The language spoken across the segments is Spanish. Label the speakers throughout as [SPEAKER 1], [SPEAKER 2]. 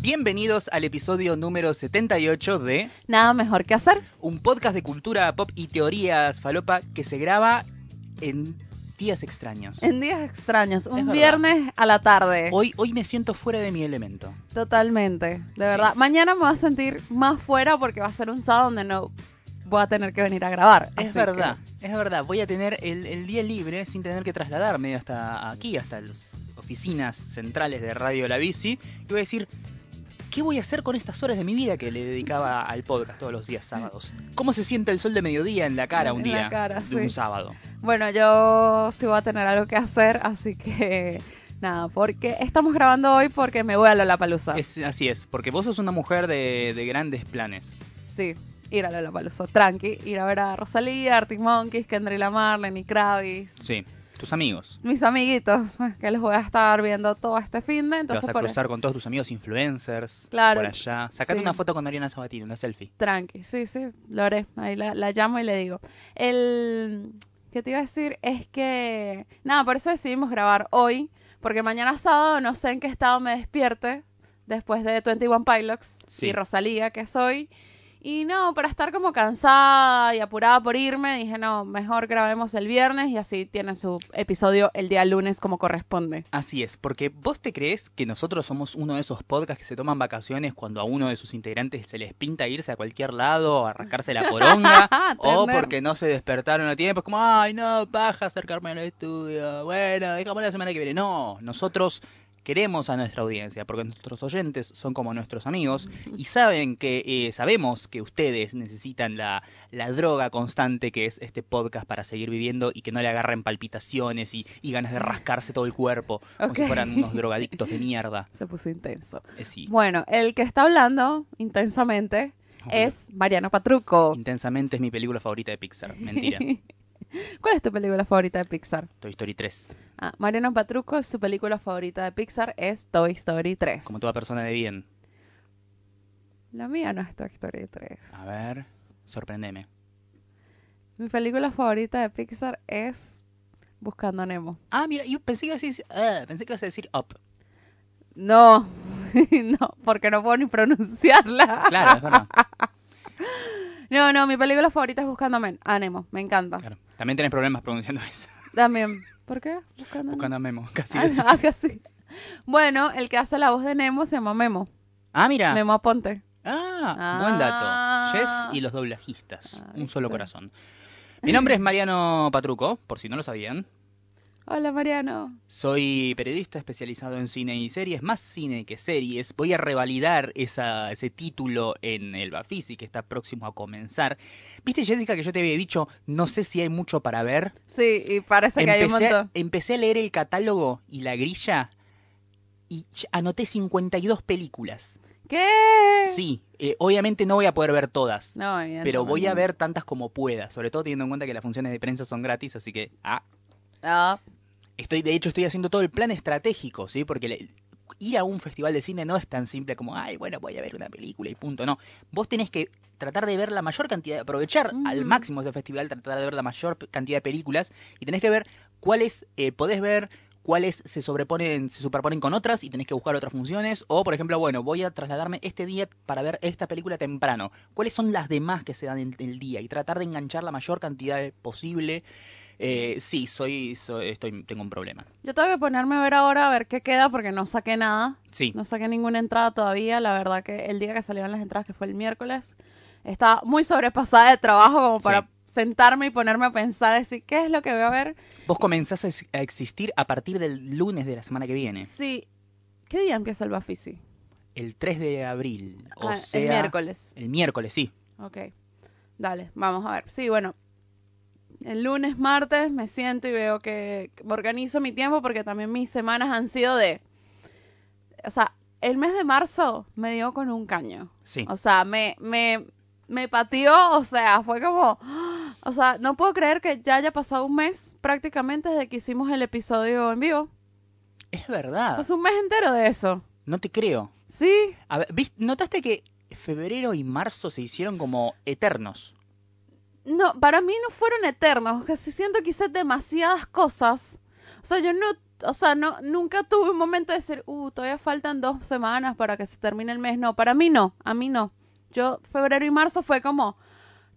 [SPEAKER 1] Bienvenidos al episodio número 78 de
[SPEAKER 2] Nada mejor que hacer.
[SPEAKER 1] un podcast de cultura pop y teorías falopa que se graba en días extraños.
[SPEAKER 2] En días extraños, un
[SPEAKER 1] verdad.
[SPEAKER 2] viernes a la tarde.
[SPEAKER 1] Hoy, hoy me siento fuera de mi elemento.
[SPEAKER 2] Totalmente, de verdad. Mañana me voy a sentir más fuera porque va a ser un sábado donde no voy a tener que venir a grabar.
[SPEAKER 1] Es
[SPEAKER 2] Así
[SPEAKER 1] verdad, es verdad. Voy a tener el, el día libre sin tener que trasladarme hasta aquí, hasta las oficinas centrales de Radio La Bici. Y voy a decir, ¿qué voy a hacer con estas horas de mi vida que le dedicaba al podcast todos los días sábados? ¿Cómo se siente el sol de mediodía en la cara un
[SPEAKER 2] En la
[SPEAKER 1] día
[SPEAKER 2] cara,
[SPEAKER 1] de un
[SPEAKER 2] sí.
[SPEAKER 1] sábado?
[SPEAKER 2] que, Bueno, yo sí voy a tener algo que hacer, así que nada, porque estamos grabando hoy porque me voy a la Palusa.
[SPEAKER 1] Es, así es, porque vos sos una mujer de, de grandes planes.
[SPEAKER 2] Sí, ir a la Palusa, tranqui, ir a ver a Rosalía, Arctic Monkeys, Kendrick Lamar, Lenny Kravitz.
[SPEAKER 1] Sí, tus amigos.
[SPEAKER 2] Mis amiguitos, pues, que los voy a estar viendo todo este fin
[SPEAKER 1] Te
[SPEAKER 2] de,
[SPEAKER 1] vas
[SPEAKER 2] entonces
[SPEAKER 1] a
[SPEAKER 2] por eso-
[SPEAKER 1] cruzar con todos tus amigos influencers
[SPEAKER 2] Claro.
[SPEAKER 1] por allá. Sacate
[SPEAKER 2] Sí.
[SPEAKER 1] una foto con Ariana Sabatini, una selfie.
[SPEAKER 2] Tranqui, sí, sí, lo haré. Ahí la, la llamo y le digo. El que te iba a decir es que, nada, por eso decidimos grabar hoy, porque mañana sábado no sé en qué estado me despierte después de 21 Pilots
[SPEAKER 1] Sí.
[SPEAKER 2] y Rosalía, que soy. Y no, para estar como cansada y apurada por irme, dije, no, mejor grabemos el viernes y así tienen su episodio el día lunes como corresponde.
[SPEAKER 1] Así es, porque vos te crees que nosotros somos uno de esos podcasts que se toman vacaciones cuando a uno de sus integrantes se les pinta irse a cualquier lado, arrancarse la poronga, o
[SPEAKER 2] Tener-
[SPEAKER 1] porque no se despertaron a tiempo. Es como, ay, no, baja acercarme al estudio. Bueno, déjame la semana que viene. No, nosotros queremos a nuestra audiencia, porque nuestros oyentes son como nuestros amigos y saben que eh, sabemos que ustedes necesitan la, la droga constante que es este podcast para seguir viviendo y que no le agarren palpitaciones y, y ganas de rascarse todo el cuerpo como si
[SPEAKER 2] Ok.
[SPEAKER 1] fueran unos drogadictos de mierda.
[SPEAKER 2] Se puso intenso.
[SPEAKER 1] Eh, sí.
[SPEAKER 2] Bueno, el que está hablando intensamente es Mariano Patruco.
[SPEAKER 1] Intensamente es mi película favorita de Pixar. Mentira.
[SPEAKER 2] ¿Cuál es tu película favorita de Pixar?
[SPEAKER 1] Toy Story 3.
[SPEAKER 2] Ah, Mariano Patruco, su película favorita de Pixar es Toy Story 3.
[SPEAKER 1] Como toda persona de bien.
[SPEAKER 2] La mía no es Toy Story 3.
[SPEAKER 1] A ver, sorprendeme.
[SPEAKER 2] Mi película favorita de Pixar es Buscando a Nemo.
[SPEAKER 1] Ah, mira, yo pensé que ibas a decir, ah, pensé que ibas a decir up.
[SPEAKER 2] No, no, porque no puedo ni pronunciarla.
[SPEAKER 1] Claro, es verdad.
[SPEAKER 2] No, no, mi película favorita es Buscando a Men- a Nemo. Me encanta.
[SPEAKER 1] Claro. También tenés problemas pronunciando eso.
[SPEAKER 2] También. ¿Por qué? Buscando a Nemo.
[SPEAKER 1] Buscando a Memo, casi.
[SPEAKER 2] Ah,
[SPEAKER 1] decís.
[SPEAKER 2] no, casi. Bueno, el que hace la voz de Nemo se llama Memo.
[SPEAKER 1] Ah, mira.
[SPEAKER 2] Memo Aponte.
[SPEAKER 1] Ah, buen dato.
[SPEAKER 2] Ah.
[SPEAKER 1] Jess y los doblajistas.
[SPEAKER 2] Ah,
[SPEAKER 1] Un solo
[SPEAKER 2] viste.
[SPEAKER 1] corazón. Mi nombre es Mariano Patruco, por si no lo sabían.
[SPEAKER 2] Hola, Mariano.
[SPEAKER 1] Soy periodista especializado en cine y series, más cine que series. Voy a revalidar esa, ese título en el Bafisi que está próximo a comenzar. ¿Viste, Jessica, que yo te había dicho, no sé si hay mucho para ver?
[SPEAKER 2] Sí, y parece que hay un
[SPEAKER 1] Empecé,
[SPEAKER 2] montón.
[SPEAKER 1] empecé a leer el catálogo y la grilla y ch- anoté 52 películas.
[SPEAKER 2] ¿Qué?
[SPEAKER 1] Sí, eh, obviamente no voy a poder ver todas,
[SPEAKER 2] No, evidentemente.
[SPEAKER 1] pero voy a ver tantas como pueda, sobre todo teniendo en cuenta que las funciones de prensa son gratis, así que ah,
[SPEAKER 2] Ah,
[SPEAKER 1] estoy de hecho estoy haciendo todo el plan estratégico, ¿sí? Porque le- ir a un festival de cine no es tan simple como, ay, bueno, voy a ver una película y punto, no. Vos tenés que tratar de ver la mayor cantidad, aprovechar al
[SPEAKER 2] Ujú.
[SPEAKER 1] máximo ese festival, tratar de ver la mayor p- cantidad de películas y tenés que ver cuáles eh, podés ver cuáles se sobreponen, se superponen con otras y tenés que buscar otras funciones. O, por ejemplo, bueno, voy a trasladarme este día para ver esta película temprano. ¿Cuáles son las demás que se dan en el día? Y tratar de enganchar la mayor cantidad de- posible. Eh, sí, soy, soy- estoy, tengo un problema.
[SPEAKER 2] yo tengo que ponerme a ver ahora a ver qué queda porque no saqué nada.
[SPEAKER 1] Sí,
[SPEAKER 2] No saqué ninguna entrada todavía. La verdad que el día que salieron las entradas, que fue el miércoles, estaba muy sobrepasada de trabajo como
[SPEAKER 1] Sí.
[SPEAKER 2] para sentarme y ponerme a pensar, decir, ¿qué es lo que voy a ver?
[SPEAKER 1] vos comenzás a ex- a existir a partir del lunes de la semana que viene,
[SPEAKER 2] Sí. ¿Qué día empieza el Bafisi?
[SPEAKER 1] el 3 de abril, o
[SPEAKER 2] Ah,
[SPEAKER 1] sea,
[SPEAKER 2] el miércoles.
[SPEAKER 1] El miércoles, sí.
[SPEAKER 2] Ok. Dale, vamos a ver. Sí, bueno. El lunes, martes me siento y veo que me organizo mi tiempo porque también mis semanas han sido de... O sea, el mes de marzo me dio con un caño.
[SPEAKER 1] Sí.
[SPEAKER 2] O sea, me, me, me pateó, o sea, fue como... ¡ah! O sea, no puedo creer que ya haya pasado un mes prácticamente desde que hicimos el episodio en vivo.
[SPEAKER 1] Es verdad.
[SPEAKER 2] Pasó un mes entero de eso.
[SPEAKER 1] No te creo.
[SPEAKER 2] Sí,
[SPEAKER 1] A ver, ¿vis- ¿Notaste que febrero y marzo se hicieron como eternos?
[SPEAKER 2] No, para mí no fueron eternos. Que si siento que hice demasiadas cosas. O sea, yo no o sea, no, nunca tuve un momento de decir, uh, todavía faltan dos semanas para que se termine el mes. No, para mí no, a mí no. Yo, febrero y marzo fue como,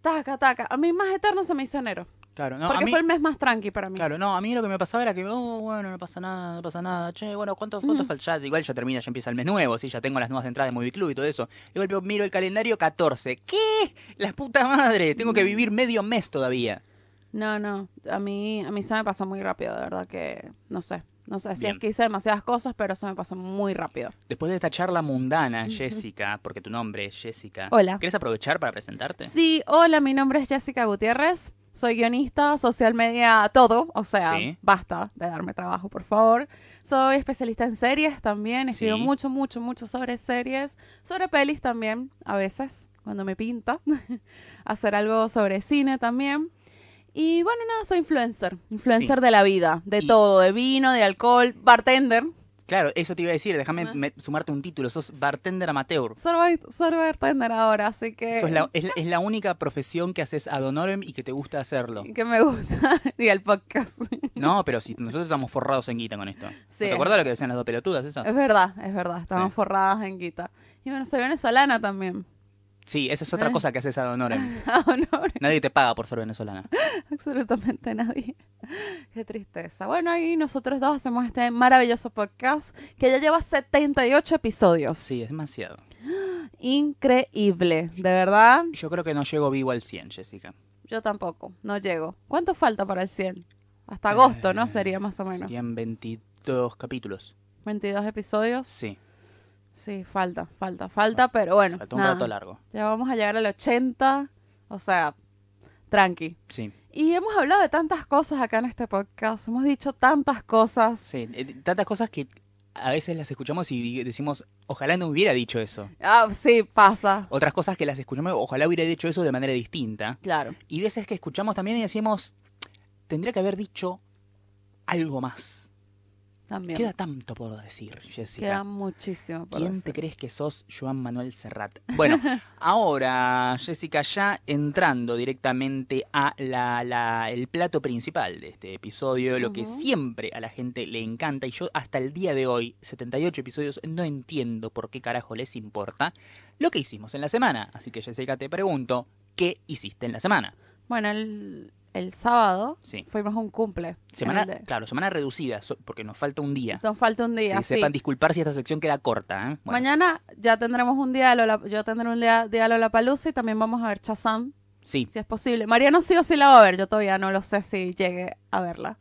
[SPEAKER 2] taca, taca. A mí más eterno se me hizo enero.
[SPEAKER 1] Claro, no, a
[SPEAKER 2] porque
[SPEAKER 1] mí,
[SPEAKER 2] fue el mes más tranqui para mí.
[SPEAKER 1] claro, no, a mí lo que me pasaba era que, oh, bueno, no pasa nada, no pasa nada. Che, bueno, ¿cuánto, cuánto
[SPEAKER 2] Mm.
[SPEAKER 1] falta? Ya, igual ya termina, ya empieza el mes nuevo, sí, ya tengo las nuevas entradas de Movie Club y todo eso. Y de golpe miro el calendario 14. ¿Qué? La puta madre, tengo que vivir medio mes todavía.
[SPEAKER 2] No, no, a mí, a mí se me pasó muy rápido, de verdad que, no sé. No sé si
[SPEAKER 1] Bien.
[SPEAKER 2] es que hice demasiadas cosas, pero se me pasó muy rápido.
[SPEAKER 1] Después de esta charla mundana, Jessica, porque tu nombre es Jessica.
[SPEAKER 2] Hola.
[SPEAKER 1] ¿Quieres aprovechar para presentarte?
[SPEAKER 2] Sí, hola, mi nombre es Jessica Gutiérrez. Soy guionista, social media, todo. O sea,
[SPEAKER 1] Sí.
[SPEAKER 2] basta de darme trabajo, por favor. Soy especialista en series también. Escribo
[SPEAKER 1] Sí.
[SPEAKER 2] mucho, mucho, mucho sobre series. Sobre pelis también, a veces, cuando me pinta. Hacer algo sobre cine también. Y bueno, nada, soy influencer. Influencer de la vida, de
[SPEAKER 1] Y-
[SPEAKER 2] todo, de vino, de alcohol, bartender.
[SPEAKER 1] Claro, eso te iba a decir, déjame
[SPEAKER 2] Ah.
[SPEAKER 1] me- sumarte un título, sos bartender amateur.
[SPEAKER 2] Soy, bar- soy bartender ahora, así que...
[SPEAKER 1] Sos la- es, la- es la única profesión que haces ad honorem y que te gusta hacerlo.
[SPEAKER 2] Que me gusta. y el podcast.
[SPEAKER 1] No, pero si nosotros estamos forrados en guita con esto. ¿No
[SPEAKER 2] Sí. Eh.
[SPEAKER 1] ¿Te acuerdas lo que decían las dos pelotudas esas?
[SPEAKER 2] Es verdad, es verdad, estamos
[SPEAKER 1] Sí.
[SPEAKER 2] forradas en guita. Y bueno, soy venezolana también.
[SPEAKER 1] Sí, esa es otra
[SPEAKER 2] Eh.
[SPEAKER 1] cosa que haces ad honorem.
[SPEAKER 2] Ah, no, no,
[SPEAKER 1] Nadie te paga por ser venezolana.
[SPEAKER 2] absolutamente nadie. Qué tristeza. Bueno, y nosotros dos hacemos este maravilloso podcast que ya lleva 78 episodios.
[SPEAKER 1] Sí, es demasiado.
[SPEAKER 2] Increíble, de verdad.
[SPEAKER 1] Yo creo que no llego vivo al 100, Jessica.
[SPEAKER 2] Yo tampoco, no llego. ¿Cuánto falta para el 100? Hasta agosto, ¿no?
[SPEAKER 1] Eh,
[SPEAKER 2] Sería más o menos.
[SPEAKER 1] Serían 22 capítulos.
[SPEAKER 2] 22 episodios.
[SPEAKER 1] Sí,
[SPEAKER 2] Sí, falta, falta, falta, pero bueno.
[SPEAKER 1] falta un
[SPEAKER 2] nada.
[SPEAKER 1] rato largo.
[SPEAKER 2] Ya vamos a llegar al 80. O sea, tranqui.
[SPEAKER 1] Sí,
[SPEAKER 2] Y hemos hablado de tantas cosas acá en este podcast, hemos dicho tantas cosas.
[SPEAKER 1] sí. Eh, Tantas cosas que a veces las escuchamos y decimos, ojalá no hubiera dicho eso.
[SPEAKER 2] Ah, sí, pasa.
[SPEAKER 1] Otras cosas que las escuchamos, ojalá hubiera dicho eso de manera distinta.
[SPEAKER 2] Claro.
[SPEAKER 1] Y veces que escuchamos también y decimos, tendría que haber dicho algo más.
[SPEAKER 2] También.
[SPEAKER 1] Queda
[SPEAKER 2] Queda,
[SPEAKER 1] tanto por decir, Jessica.
[SPEAKER 2] muchísimo. por
[SPEAKER 1] ¿Quién te
[SPEAKER 2] decir.
[SPEAKER 1] crees que sos, Joan Manuel Serrat? Bueno, ahora, Jessica, ya entrando directamente a la, la- el plato principal de este episodio, lo que
[SPEAKER 2] Ujú.
[SPEAKER 1] siempre a la gente le encanta, y yo hasta el día de hoy, 78 episodios, no entiendo por qué carajo les importa, lo que hicimos en la semana. Así que, Jessica, te pregunto, ¿qué hiciste en la semana?
[SPEAKER 2] Bueno, el, el sábado
[SPEAKER 1] Sí.
[SPEAKER 2] fuimos a un cumple.
[SPEAKER 1] Semana,
[SPEAKER 2] El de-
[SPEAKER 1] claro, semana reducida, so- porque nos falta un día.
[SPEAKER 2] Nos falta un día.
[SPEAKER 1] Sí,
[SPEAKER 2] sí.
[SPEAKER 1] Sepan disculpar si esta sección queda corta. ¿eh? Bueno,
[SPEAKER 2] Mañana ya tendremos un día de Lola- yo tendré un día, día de Lollapalooza y también vamos a ver Chazán,
[SPEAKER 1] sí,
[SPEAKER 2] si es posible. Mariano sí o sí la va a ver, yo todavía no lo sé si llegue a verla,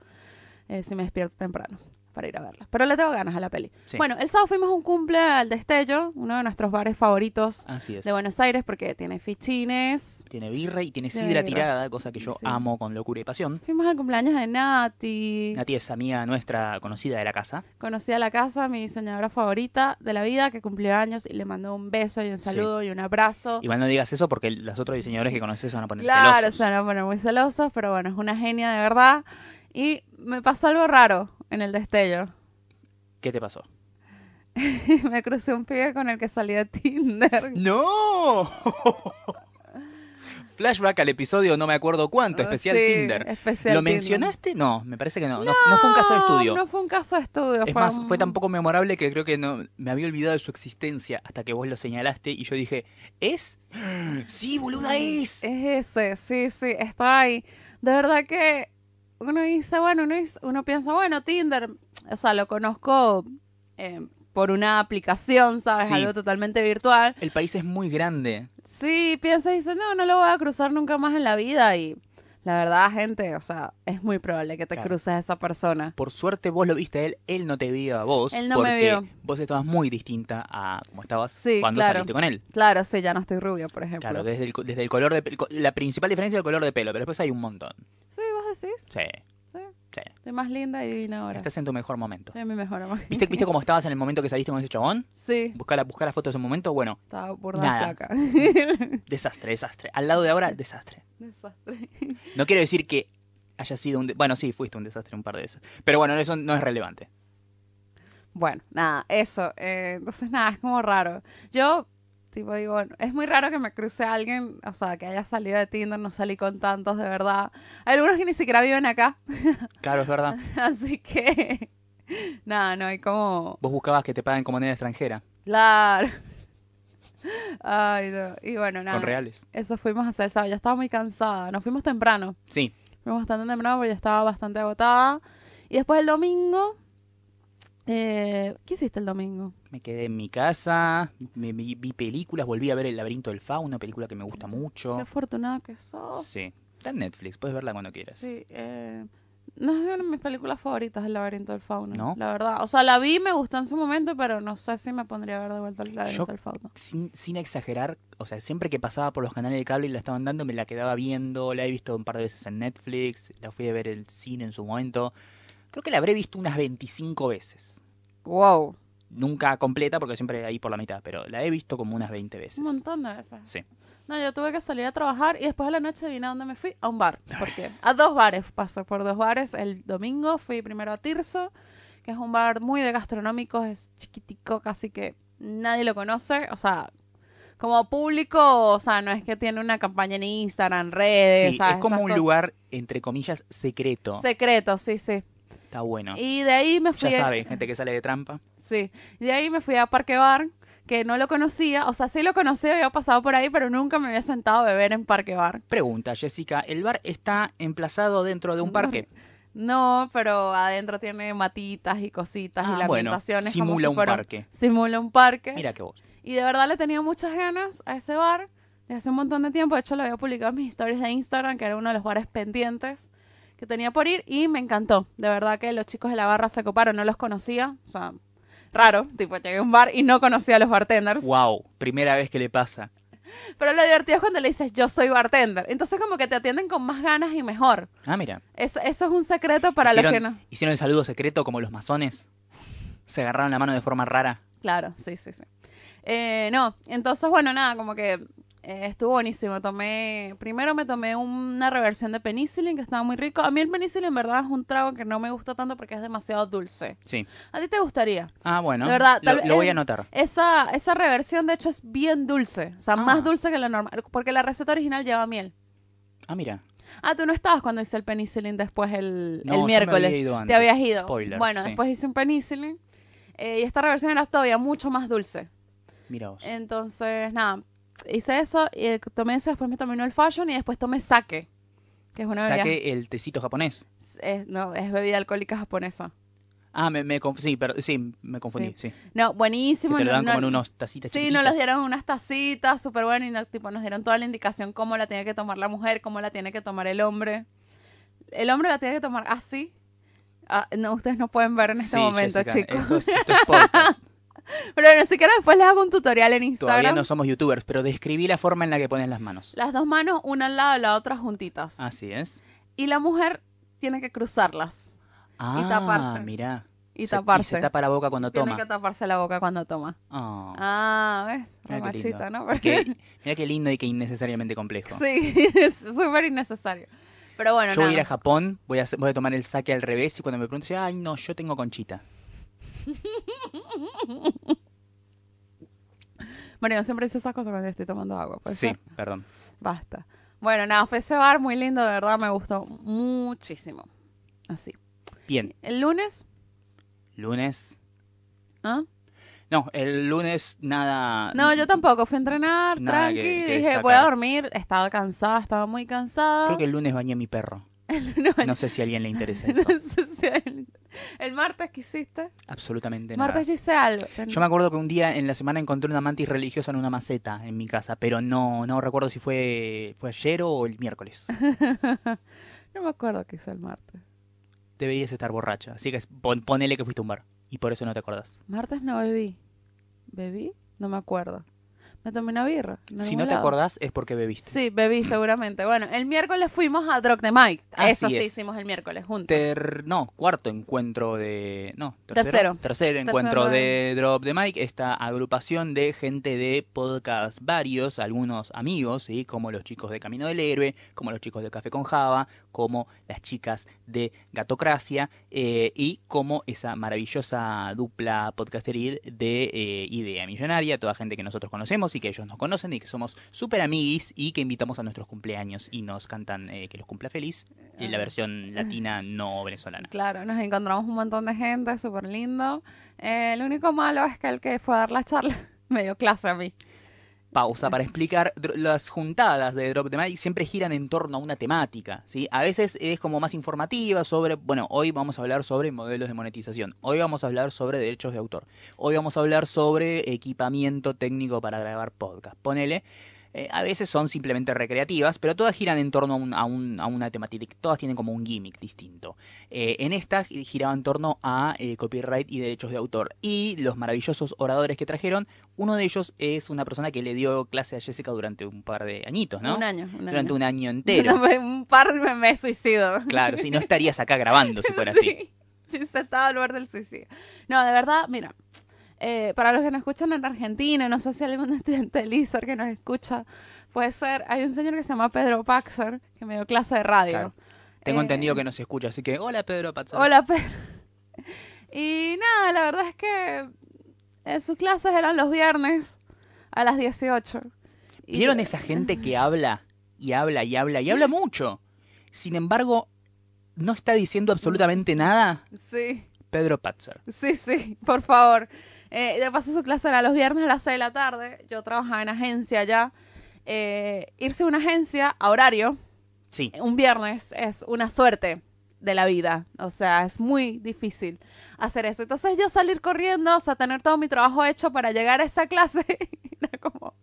[SPEAKER 2] eh, si me despierto temprano para ir a verla. Pero le tengo ganas a la peli.
[SPEAKER 1] sí.
[SPEAKER 2] Bueno, el sábado fuimos a un cumple al Destello, uno de nuestros bares favoritos
[SPEAKER 1] Así es.
[SPEAKER 2] de Buenos Aires porque tiene fichines.
[SPEAKER 1] Tiene birra y tiene
[SPEAKER 2] Tiene
[SPEAKER 1] sidra
[SPEAKER 2] birra.
[SPEAKER 1] tirada, cosa que yo
[SPEAKER 2] Sí.
[SPEAKER 1] amo con locura y pasión.
[SPEAKER 2] Fuimos al cumpleaños de Nati.
[SPEAKER 1] Nati es amiga nuestra conocida de la casa.
[SPEAKER 2] Conocí a la casa, mi diseñadora favorita de la vida, que cumplió años y le mandó un beso y un
[SPEAKER 1] Sí.
[SPEAKER 2] saludo y un abrazo.
[SPEAKER 1] Igual no digas eso porque los otros diseñadores que conoces se van a poner
[SPEAKER 2] Oh. Claro,
[SPEAKER 1] celosos.
[SPEAKER 2] se van a poner muy celosos, pero bueno, es una genia de verdad. Y me pasó algo raro en el Destello.
[SPEAKER 1] ¿Qué te pasó?
[SPEAKER 2] me crucé un pibe con el que salí de Tinder.
[SPEAKER 1] ¡No! Flashback al episodio no me acuerdo cuánto, especial
[SPEAKER 2] Ah, Sí,
[SPEAKER 1] Tinder.
[SPEAKER 2] especial
[SPEAKER 1] ¿Lo
[SPEAKER 2] Tinder.
[SPEAKER 1] mencionaste? No, me parece que no. No, no fue un caso de estudio.
[SPEAKER 2] No fue un caso de estudio.
[SPEAKER 1] es más,
[SPEAKER 2] un-
[SPEAKER 1] fue tan poco memorable que creo que no me había olvidado de su existencia hasta que vos lo señalaste y yo dije, ¿es? ¡Sí, boluda, es!
[SPEAKER 2] Es ese, sí, sí, está ahí. De verdad que uno dice, bueno, uno, dice- uno piensa, bueno, Tinder, o sea, lo conozco eh, por una aplicación, ¿sabes?
[SPEAKER 1] Sí.
[SPEAKER 2] Algo totalmente virtual.
[SPEAKER 1] El país es muy grande.
[SPEAKER 2] Sí, piensa y dice, no, no lo voy a cruzar nunca más en la vida. Y la verdad, gente, o sea, es muy probable que te
[SPEAKER 1] Claro.
[SPEAKER 2] cruces a esa persona.
[SPEAKER 1] Por suerte vos lo viste a él, él no te vio a vos.
[SPEAKER 2] Él no
[SPEAKER 1] porque
[SPEAKER 2] me vio.
[SPEAKER 1] Vos estabas muy distinta a como estabas
[SPEAKER 2] Sí,
[SPEAKER 1] cuando
[SPEAKER 2] claro.
[SPEAKER 1] saliste con él.
[SPEAKER 2] Claro, sí, ya no estoy rubia, por ejemplo.
[SPEAKER 1] Claro, desde el, co- desde el color de pe- co- La principal diferencia es el color de pelo, pero después hay un montón.
[SPEAKER 2] Sí, vos decís,
[SPEAKER 1] Sí,
[SPEAKER 2] estoy más linda y divina ahora.
[SPEAKER 1] estás en tu mejor momento.
[SPEAKER 2] Soy mi mejor amiga.
[SPEAKER 1] ¿Viste, ¿Viste cómo estabas en el momento que saliste con ese chabón?
[SPEAKER 2] Sí,
[SPEAKER 1] Buscar la, buscar la foto de ese momento, bueno,
[SPEAKER 2] estaba burda
[SPEAKER 1] Nada.
[SPEAKER 2] flaca.
[SPEAKER 1] desastre, desastre. Al lado de ahora, desastre.
[SPEAKER 2] Desastre.
[SPEAKER 1] No quiero decir que haya sido un... de- bueno, sí, fuiste un desastre un par de veces. Pero bueno, eso no es relevante.
[SPEAKER 2] Bueno, nada, eso. eh, entonces, nada, es como raro. Yo, tipo, digo, bueno, es muy raro que me cruce a alguien, o sea, que haya salido de Tinder, no salí con tantos, de verdad. Hay algunos que ni siquiera viven acá,
[SPEAKER 1] Claro, es verdad.
[SPEAKER 2] así que Nada, no hay como...
[SPEAKER 1] Vos buscabas que te paguen con moneda extranjera,
[SPEAKER 2] Claro. Ay, no. Y bueno, nada.
[SPEAKER 1] con reales.
[SPEAKER 2] Eso fuimos a hacer, ¿sabes? Ya estaba muy cansada. Nos fuimos temprano.
[SPEAKER 1] Sí,
[SPEAKER 2] Fuimos bastante temprano porque ya estaba bastante agotada. Y después el domingo... eh, ¿Qué hiciste el domingo?
[SPEAKER 1] me quedé en mi casa, me- vi, vi películas, volví a ver El laberinto del fauno, una película que me gusta mucho.
[SPEAKER 2] Qué afortunada que sos.
[SPEAKER 1] Sí, está en Netflix, puedes verla cuando quieras.
[SPEAKER 2] Sí, eh, no es de una de mis películas favoritas, El laberinto del fauno.
[SPEAKER 1] ¿No?
[SPEAKER 2] La verdad. O sea, la vi, me gustó en su momento, pero no sé si me pondría a ver de vuelta El laberinto
[SPEAKER 1] Yo-
[SPEAKER 2] del fauno.
[SPEAKER 1] Sin, sin exagerar, o sea, siempre que pasaba por los canales de cable y la estaban dando, me la quedaba viendo, la he visto un par de veces en Netflix, la fui a ver el cine en su momento. Creo que la habré visto unas 25 veces.
[SPEAKER 2] Wow.
[SPEAKER 1] Nunca completa, porque siempre ahí por la mitad, pero la he visto como unas 20 veces.
[SPEAKER 2] Un montón de veces.
[SPEAKER 1] Sí.
[SPEAKER 2] No, yo tuve que salir a trabajar y después a la noche vine a donde me fui, a un bar. Porque a dos bares pasé por dos bares. El domingo fui primero a Tirso, que es un bar muy de gastronómicos, es chiquitico, casi que nadie lo conoce. O sea, como público, o sea, no es que tiene una campaña en Instagram, redes,
[SPEAKER 1] Sí,
[SPEAKER 2] ¿sabes?
[SPEAKER 1] es como
[SPEAKER 2] Esas
[SPEAKER 1] un
[SPEAKER 2] cosas.
[SPEAKER 1] lugar, entre comillas, secreto.
[SPEAKER 2] secreto, sí, sí.
[SPEAKER 1] Está bueno.
[SPEAKER 2] Y de ahí me fui
[SPEAKER 1] Ya
[SPEAKER 2] a-
[SPEAKER 1] saben, gente que sale de trampa.
[SPEAKER 2] Sí. De ahí me fui a Parque Bar, que no lo conocía, o sea, sí lo conocía, había pasado por ahí, pero nunca me había sentado a beber en Parque Bar.
[SPEAKER 1] Pregunta, Jessica, ¿el bar está emplazado dentro de un parque?
[SPEAKER 2] No, pero adentro tiene matitas y cositas
[SPEAKER 1] Ah,
[SPEAKER 2] y
[SPEAKER 1] bueno,
[SPEAKER 2] lamentaciones. como
[SPEAKER 1] simula
[SPEAKER 2] si
[SPEAKER 1] un
[SPEAKER 2] fuera
[SPEAKER 1] parque.
[SPEAKER 2] Simula un parque.
[SPEAKER 1] Mira que vos.
[SPEAKER 2] Y de verdad le tenía muchas ganas a ese bar. Desde hace un montón de tiempo, de hecho lo había publicado en mis historias de Instagram, que era uno de los bares pendientes que tenía por ir y me encantó. De verdad que los chicos de la barra se coparon, no los conocía. O sea, raro, tipo llegué a un bar y no conocía a los bartenders.
[SPEAKER 1] Wow, primera vez que le pasa.
[SPEAKER 2] Pero lo divertido es cuando le dices yo soy bartender. Entonces como que te atienden con más ganas y mejor.
[SPEAKER 1] Ah, mira.
[SPEAKER 2] Eso, eso es un secreto para los que
[SPEAKER 1] hicieron,
[SPEAKER 2] no.
[SPEAKER 1] hicieron el saludo secreto como los masones. Se agarraron la mano de forma rara.
[SPEAKER 2] Claro, sí, sí, sí. Eh, no, entonces, bueno, nada, como que eh, estuvo buenísimo. Tomé, primero me tomé una reversión de penicilin que estaba muy rico. A mí el penicilin en verdad es un trago que no me gusta tanto porque es demasiado dulce.
[SPEAKER 1] Sí.
[SPEAKER 2] ¿A ti te gustaría?
[SPEAKER 1] Ah, bueno.
[SPEAKER 2] De verdad,
[SPEAKER 1] lo,
[SPEAKER 2] tal vez-
[SPEAKER 1] lo voy a
[SPEAKER 2] eh,
[SPEAKER 1] anotar.
[SPEAKER 2] Esa, esa reversión, de hecho, es bien dulce. O sea,
[SPEAKER 1] Ah.
[SPEAKER 2] más dulce que la normal. Porque la receta original lleva miel.
[SPEAKER 1] Ah, mira.
[SPEAKER 2] Ah, tú no estabas cuando hice el penicilin después el,
[SPEAKER 1] No,
[SPEAKER 2] el
[SPEAKER 1] yo me
[SPEAKER 2] miércoles.
[SPEAKER 1] había ido
[SPEAKER 2] Te
[SPEAKER 1] antes.
[SPEAKER 2] habías ido.
[SPEAKER 1] Spoiler,
[SPEAKER 2] bueno,
[SPEAKER 1] sí.
[SPEAKER 2] después hice un penicilin. eh, y esta reversión era todavía mucho más dulce.
[SPEAKER 1] Mira vos.
[SPEAKER 2] eh, Entonces, nada, hice eso, y eh, tomé eso, después me tomé el fashion y después tomé sake, que es una bebida,
[SPEAKER 1] Saqué el tecito japonés.
[SPEAKER 2] es, no, es bebida alcohólica japonesa.
[SPEAKER 1] Ah, me, me conf- sí, pero, sí, me confundí. Sí.
[SPEAKER 2] No,
[SPEAKER 1] Que
[SPEAKER 2] buenísimo.
[SPEAKER 1] te lo
[SPEAKER 2] no-
[SPEAKER 1] dan
[SPEAKER 2] no-
[SPEAKER 1] como en unos tacitas
[SPEAKER 2] sí,
[SPEAKER 1] chiquititas.
[SPEAKER 2] nos los dieron unas tacitas, súper bueno, y no- tipo, nos dieron toda la indicación cómo la tiene que tomar la mujer, cómo la tiene que tomar el hombre. El hombre la tiene que tomar así. Ah, no, ustedes no pueden ver en este
[SPEAKER 1] Sí,
[SPEAKER 2] momento,
[SPEAKER 1] Jessica,
[SPEAKER 2] chicos.
[SPEAKER 1] Esto es, esto es podcast.
[SPEAKER 2] Pero ni siquiera después les hago un tutorial en
[SPEAKER 1] Todavía
[SPEAKER 2] Instagram.
[SPEAKER 1] no somos youtubers, pero describí la forma en la que pones las manos.
[SPEAKER 2] Las dos manos, una al lado de la otra juntitas.
[SPEAKER 1] Así es.
[SPEAKER 2] y la mujer tiene que cruzarlas
[SPEAKER 1] Ah,
[SPEAKER 2] taparse.
[SPEAKER 1] mirá.
[SPEAKER 2] y
[SPEAKER 1] Se-
[SPEAKER 2] taparse.
[SPEAKER 1] se tapa la boca cuando
[SPEAKER 2] tiene
[SPEAKER 1] toma.
[SPEAKER 2] que taparse la boca cuando toma.
[SPEAKER 1] Oh,
[SPEAKER 2] Ah, ¿ves? Re
[SPEAKER 1] mirá, qué lindo.
[SPEAKER 2] machito, ¿no?
[SPEAKER 1] Y que- mirá qué lindo y que innecesariamente complejo.
[SPEAKER 2] sí, es súper innecesario. Pero bueno,
[SPEAKER 1] yo voy a ir a
[SPEAKER 2] nada.
[SPEAKER 1] Japón, voy a, hacer- voy a tomar el saque al revés y cuando me pregunten, ay no, yo tengo conchita.
[SPEAKER 2] Bueno, yo siempre hice esas cosas cuando estoy tomando agua. pues
[SPEAKER 1] Sí, perdón.
[SPEAKER 2] Basta. Bueno, nada, fue ese bar muy lindo, de verdad, me gustó muchísimo. Así.
[SPEAKER 1] Bien,
[SPEAKER 2] El lunes,
[SPEAKER 1] lunes.
[SPEAKER 2] ¿ah?
[SPEAKER 1] No, el lunes nada.
[SPEAKER 2] No, yo tampoco. Fui a entrenar,
[SPEAKER 1] Nada que-
[SPEAKER 2] tranqui.
[SPEAKER 1] que
[SPEAKER 2] dije,
[SPEAKER 1] destacar.
[SPEAKER 2] voy a dormir. Estaba cansada, estaba muy cansada.
[SPEAKER 1] Creo que el lunes bañé a mi perro.
[SPEAKER 2] No,
[SPEAKER 1] No sé si a alguien le interesa eso.
[SPEAKER 2] Entonces, el, el martes que hiciste.
[SPEAKER 1] Absolutamente nada.
[SPEAKER 2] Martes yo hice algo. Ten-
[SPEAKER 1] Yo me acuerdo que un día en la semana encontré una mantis religiosa en una maceta en mi casa, pero no, no recuerdo si fue, fue ayer o el miércoles.
[SPEAKER 2] No me acuerdo qué hice el martes.
[SPEAKER 1] Deberías estar borracha, así que pon- ponele que fuiste a un bar y por eso no te acordás.
[SPEAKER 2] Martes no bebí. ¿Bebí? No me acuerdo. Me tomé una birra. en
[SPEAKER 1] si
[SPEAKER 2] algún
[SPEAKER 1] no te
[SPEAKER 2] lado.
[SPEAKER 1] acordás es porque bebiste.
[SPEAKER 2] Sí, bebí seguramente. Bueno, el miércoles fuimos a Drop the Mic.
[SPEAKER 1] Así
[SPEAKER 2] Eso sí
[SPEAKER 1] es.
[SPEAKER 2] hicimos el miércoles juntos.
[SPEAKER 1] Ter- no, cuarto encuentro de. No, tercero.
[SPEAKER 2] Tercero.
[SPEAKER 1] encuentro de
[SPEAKER 2] de-
[SPEAKER 1] Drop the Mic, esta agrupación de gente de podcast varios, algunos amigos, ¿sí? como los chicos de Camino del Héroe, como los chicos de Café con Java, como las chicas de Gatocracia eh, y como esa maravillosa dupla podcasteril de eh, Idea Millonaria, toda gente que nosotros conocemos y que ellos nos conocen y que somos súper amiguis y que invitamos a nuestros cumpleaños y nos cantan eh, que los cumpla feliz en
[SPEAKER 2] Ah.
[SPEAKER 1] la versión latina no venezolana.
[SPEAKER 2] Claro, nos encontramos un montón de gente, súper lindo. Eh, lo único malo es que el que fue a dar la charla me dio clase a mí.
[SPEAKER 1] pausa para explicar dr- las juntadas de Drop the Mic siempre giran en torno a una temática, ¿sí? A veces es como más informativa sobre, bueno, hoy vamos a hablar sobre modelos de monetización, hoy vamos a hablar sobre derechos de autor, hoy vamos a hablar sobre equipamiento técnico para grabar podcast, ponele. Eh, a veces son simplemente recreativas, pero todas giran en torno a, un- a un- a una temática, todas tienen como un gimmick distinto. Eh, en esta gi- giraba en torno a eh, copyright y derechos de autor. Y los maravillosos oradores que trajeron uno de ellos es una persona que le dio clase a Jessica durante un par de añitos, ¿no?
[SPEAKER 2] Un año, un año.
[SPEAKER 1] durante un año entero.
[SPEAKER 2] No, un par me, me suicido.
[SPEAKER 1] claro, si no estarías acá grabando si fuera así.
[SPEAKER 2] Sí, se estaba al borde del suicidio. No, de verdad, mira, eh, para los que nos escuchan en Argentina, no sé si algún estudiante de Lizard que nos escucha, puede ser, hay un señor que se llama Pedro Paxer, que me dio clase de radio.
[SPEAKER 1] Claro. Tengo
[SPEAKER 2] Eh,
[SPEAKER 1] entendido que no se escucha, así que hola Pedro Pazzo.
[SPEAKER 2] Hola, Pedro. Y nada, la verdad es que eh, sus clases eran los viernes a las 18. Y-
[SPEAKER 1] ¿Vieron esa gente que habla y habla y habla y habla mucho? Sin embargo, no está diciendo absolutamente nada
[SPEAKER 2] Sí,
[SPEAKER 1] Pedro Patzer.
[SPEAKER 2] sí, sí, por favor. Eh, de paso, su clase era los viernes a las 6 de la tarde. Yo trabajaba en agencia ya. Eh, irse a una agencia a horario
[SPEAKER 1] Sí,
[SPEAKER 2] un viernes es una suerte de la vida. O sea, es muy difícil hacer eso. Entonces yo salir corriendo, o sea, tener todo mi trabajo hecho para llegar a esa clase, era como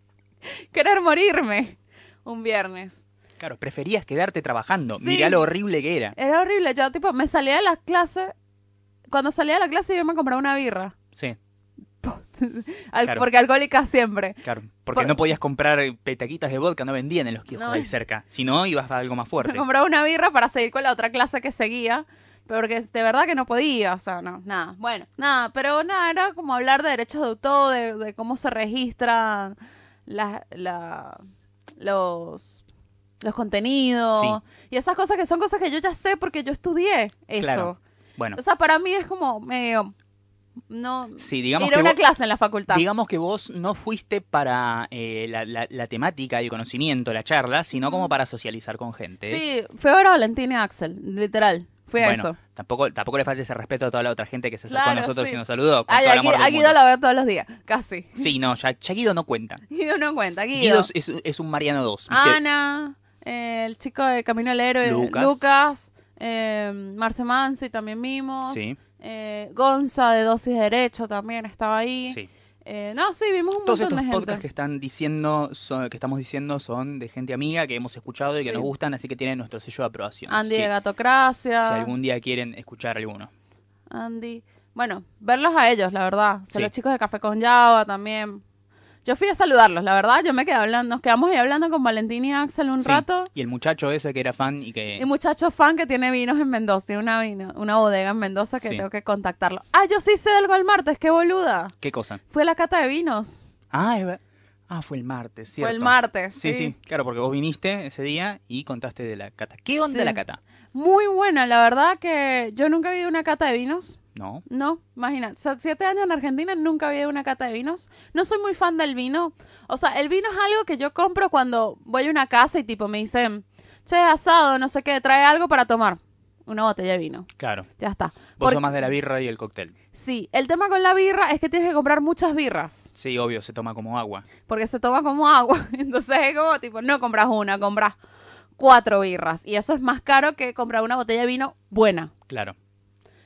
[SPEAKER 2] querer morirme un viernes.
[SPEAKER 1] claro, preferías quedarte trabajando.
[SPEAKER 2] Sí.
[SPEAKER 1] Mirá lo horrible que era.
[SPEAKER 2] Era horrible. Yo tipo, me salía de la clase, cuando salía de la clase yo me compraba una birra.
[SPEAKER 1] Sí,
[SPEAKER 2] Al-
[SPEAKER 1] Claro.
[SPEAKER 2] Porque alcohólica siempre.
[SPEAKER 1] claro. Porque
[SPEAKER 2] Por-
[SPEAKER 1] no podías comprar petaquitas de vodka, no vendían en los kioscos
[SPEAKER 2] No.
[SPEAKER 1] ahí cerca. Si no, ibas a algo más
[SPEAKER 2] Me
[SPEAKER 1] fuerte.
[SPEAKER 2] compraba una birra para seguir con la otra clase que seguía. Pero porque de verdad que no podía, o sea, no, nada. Bueno, nada, pero nada, era como hablar de derechos de autor, de, de cómo se registran las la, los, los contenidos y esas cosas que son cosas que yo ya sé porque yo estudié eso.
[SPEAKER 1] Claro. Bueno,
[SPEAKER 2] O sea, para mí es como medio. No.
[SPEAKER 1] sí,
[SPEAKER 2] Ir
[SPEAKER 1] digamos
[SPEAKER 2] a
[SPEAKER 1] que.
[SPEAKER 2] una
[SPEAKER 1] vos-
[SPEAKER 2] clase en la facultad.
[SPEAKER 1] Digamos que vos no fuiste para eh, la, la- la temática, el conocimiento, la charla, sino como
[SPEAKER 2] Ujú.
[SPEAKER 1] para socializar con gente.
[SPEAKER 2] Sí, fue ahora Valentín y Axel, literal. Fue
[SPEAKER 1] Bueno,
[SPEAKER 2] eso.
[SPEAKER 1] Tampoco, tampoco le falte ese respeto a toda la otra gente que se acercó a
[SPEAKER 2] Claro,
[SPEAKER 1] nosotros
[SPEAKER 2] sí.
[SPEAKER 1] y nos saludó. Con
[SPEAKER 2] Ay,
[SPEAKER 1] todo el
[SPEAKER 2] a
[SPEAKER 1] amor
[SPEAKER 2] Guido,
[SPEAKER 1] del
[SPEAKER 2] a Guido
[SPEAKER 1] mundo.
[SPEAKER 2] lo veo todos los días, casi.
[SPEAKER 1] Sí, no, ya, ya Guido no cuenta.
[SPEAKER 2] Guido Ah, no cuenta, Guido.
[SPEAKER 1] Guido es, es- es un Mariano 2.
[SPEAKER 2] Ana, eh, el chico de Camino al Héroe,
[SPEAKER 1] Lucas.
[SPEAKER 2] Lucas, eh, Marce Mansi también vimos.
[SPEAKER 1] Sí,
[SPEAKER 2] eh, Gonza de Dosis de Derecho también estaba ahí.
[SPEAKER 1] sí.
[SPEAKER 2] Eh, no, sí, vimos un
[SPEAKER 1] Todos
[SPEAKER 2] montón
[SPEAKER 1] estos
[SPEAKER 2] de gente.
[SPEAKER 1] podcasts que están diciendo, son- que estamos diciendo son de gente amiga que hemos escuchado y que
[SPEAKER 2] Sí.
[SPEAKER 1] nos gustan, así que tienen nuestro sello de aprobación.
[SPEAKER 2] Andy
[SPEAKER 1] Sí,
[SPEAKER 2] de
[SPEAKER 1] si
[SPEAKER 2] Gatocracia.
[SPEAKER 1] algún día quieren escuchar alguno.
[SPEAKER 2] Andy. Bueno, verlos a ellos, la verdad. O sea,
[SPEAKER 1] Sí.
[SPEAKER 2] los chicos de Café con Java también. Yo fui a saludarlos, la verdad. Yo me quedé hablando. Nos quedamos ahí hablando con Valentín y Axel un
[SPEAKER 1] Sí,
[SPEAKER 2] rato.
[SPEAKER 1] Y el muchacho ese que era fan y que...
[SPEAKER 2] Y muchacho fan que tiene vinos en Mendoza, tiene una, vino, una bodega en Mendoza que
[SPEAKER 1] Sí.
[SPEAKER 2] tengo que contactarlo. Ah, yo sí sé algo el martes, qué boluda.
[SPEAKER 1] ¿Qué cosa?
[SPEAKER 2] Fue la cata de vinos.
[SPEAKER 1] Ah, es ver- ah, fue el martes, ¿cierto?
[SPEAKER 2] Fue el martes.
[SPEAKER 1] Sí,
[SPEAKER 2] Sí,
[SPEAKER 1] sí, claro, porque vos viniste ese día y contaste de la cata. ¿Qué onda
[SPEAKER 2] Sí.
[SPEAKER 1] la cata?
[SPEAKER 2] Muy buena, la verdad que yo nunca había ido a una cata de vinos.
[SPEAKER 1] No.
[SPEAKER 2] No, imagínate, o sea, siete años en Argentina nunca había ido a una cata de vinos. No soy muy fan del vino. O sea, el vino es algo que yo compro cuando voy a una casa y tipo me dicen, che, asado, no sé qué, trae algo para tomar. Una botella de vino.
[SPEAKER 1] Claro.
[SPEAKER 2] Ya está.
[SPEAKER 1] Vos
[SPEAKER 2] Por-
[SPEAKER 1] sos más de la birra y el cóctel.
[SPEAKER 2] Sí, el tema con la birra es que tienes que comprar muchas birras.
[SPEAKER 1] Sí, obvio, se toma como agua.
[SPEAKER 2] porque se toma como agua. Entonces es como tipo, no compras una, compras cuatro birras. Y eso es más caro que comprar una botella de vino buena.
[SPEAKER 1] Claro.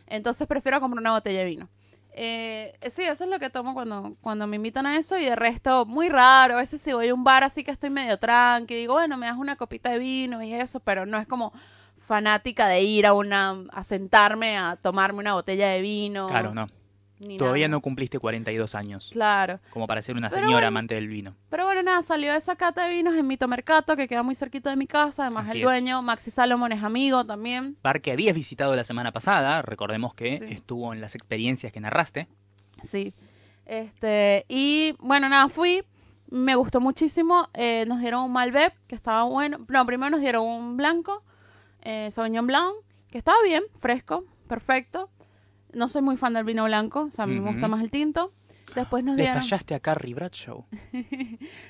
[SPEAKER 2] Entonces prefiero comprar una botella de vino. Eh, sí, eso es lo que tomo cuando, cuando me invitan a eso y de resto, muy raro. A veces si voy a un bar así que estoy medio tranqui, digo, bueno, me das una copita de vino y eso, pero no es como fanática de ir a una, a sentarme a tomarme una botella de vino.
[SPEAKER 1] Claro, no.
[SPEAKER 2] ni
[SPEAKER 1] Todavía
[SPEAKER 2] nada
[SPEAKER 1] no
[SPEAKER 2] más.
[SPEAKER 1] cumpliste 42 años.
[SPEAKER 2] Claro.
[SPEAKER 1] Como para ser una
[SPEAKER 2] Pero
[SPEAKER 1] señora
[SPEAKER 2] bueno.
[SPEAKER 1] amante del vino.
[SPEAKER 2] Pero bueno, nada, salió de esa cata de vinos en Mito Mercato, que queda muy cerquita de mi casa. Además,
[SPEAKER 1] Así
[SPEAKER 2] el
[SPEAKER 1] es.
[SPEAKER 2] dueño, Maxi Salomón, es amigo también.
[SPEAKER 1] Bar que habías visitado la semana pasada, recordemos que
[SPEAKER 2] Sí.
[SPEAKER 1] estuvo en las experiencias que narraste.
[SPEAKER 2] Sí. Este, y bueno, nada, fui. Me gustó muchísimo. Eh, nos dieron un Malbec, que estaba bueno. No, primero nos dieron un blanco. eh, Sauvignon Blanc, que estaba bien, fresco, perfecto. No soy muy fan del vino blanco, o sea, a mí me gusta
[SPEAKER 1] Ujú.
[SPEAKER 2] más el tinto. Después nos
[SPEAKER 1] Le
[SPEAKER 2] dieron...
[SPEAKER 1] fallaste a Carrie Bradshaw.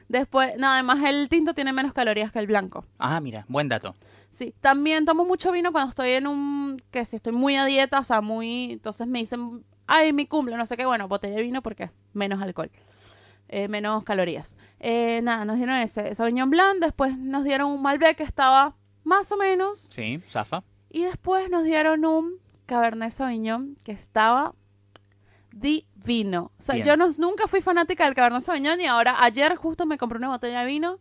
[SPEAKER 2] Después, no, además el tinto tiene menos calorías que el blanco.
[SPEAKER 1] Ah, mira, buen dato.
[SPEAKER 2] Sí, también tomo mucho vino cuando estoy en un, que si estoy muy a dieta, o sea, muy, entonces me dicen, ay, mi cumple, no sé qué, bueno, botella de vino porque menos alcohol, eh, menos calorías. Eh, nada, nos dieron ese Sauvignon Blanc, después nos dieron un Malbec que estaba más o menos,
[SPEAKER 1] Sí, Zafa.
[SPEAKER 2] y después nos dieron un Cabernet Sauvignon que estaba divino. O sea,
[SPEAKER 1] Bien.
[SPEAKER 2] yo no, nunca fui fanática del Cabernet Sauvignon y ahora ayer justo me compré una botella de vino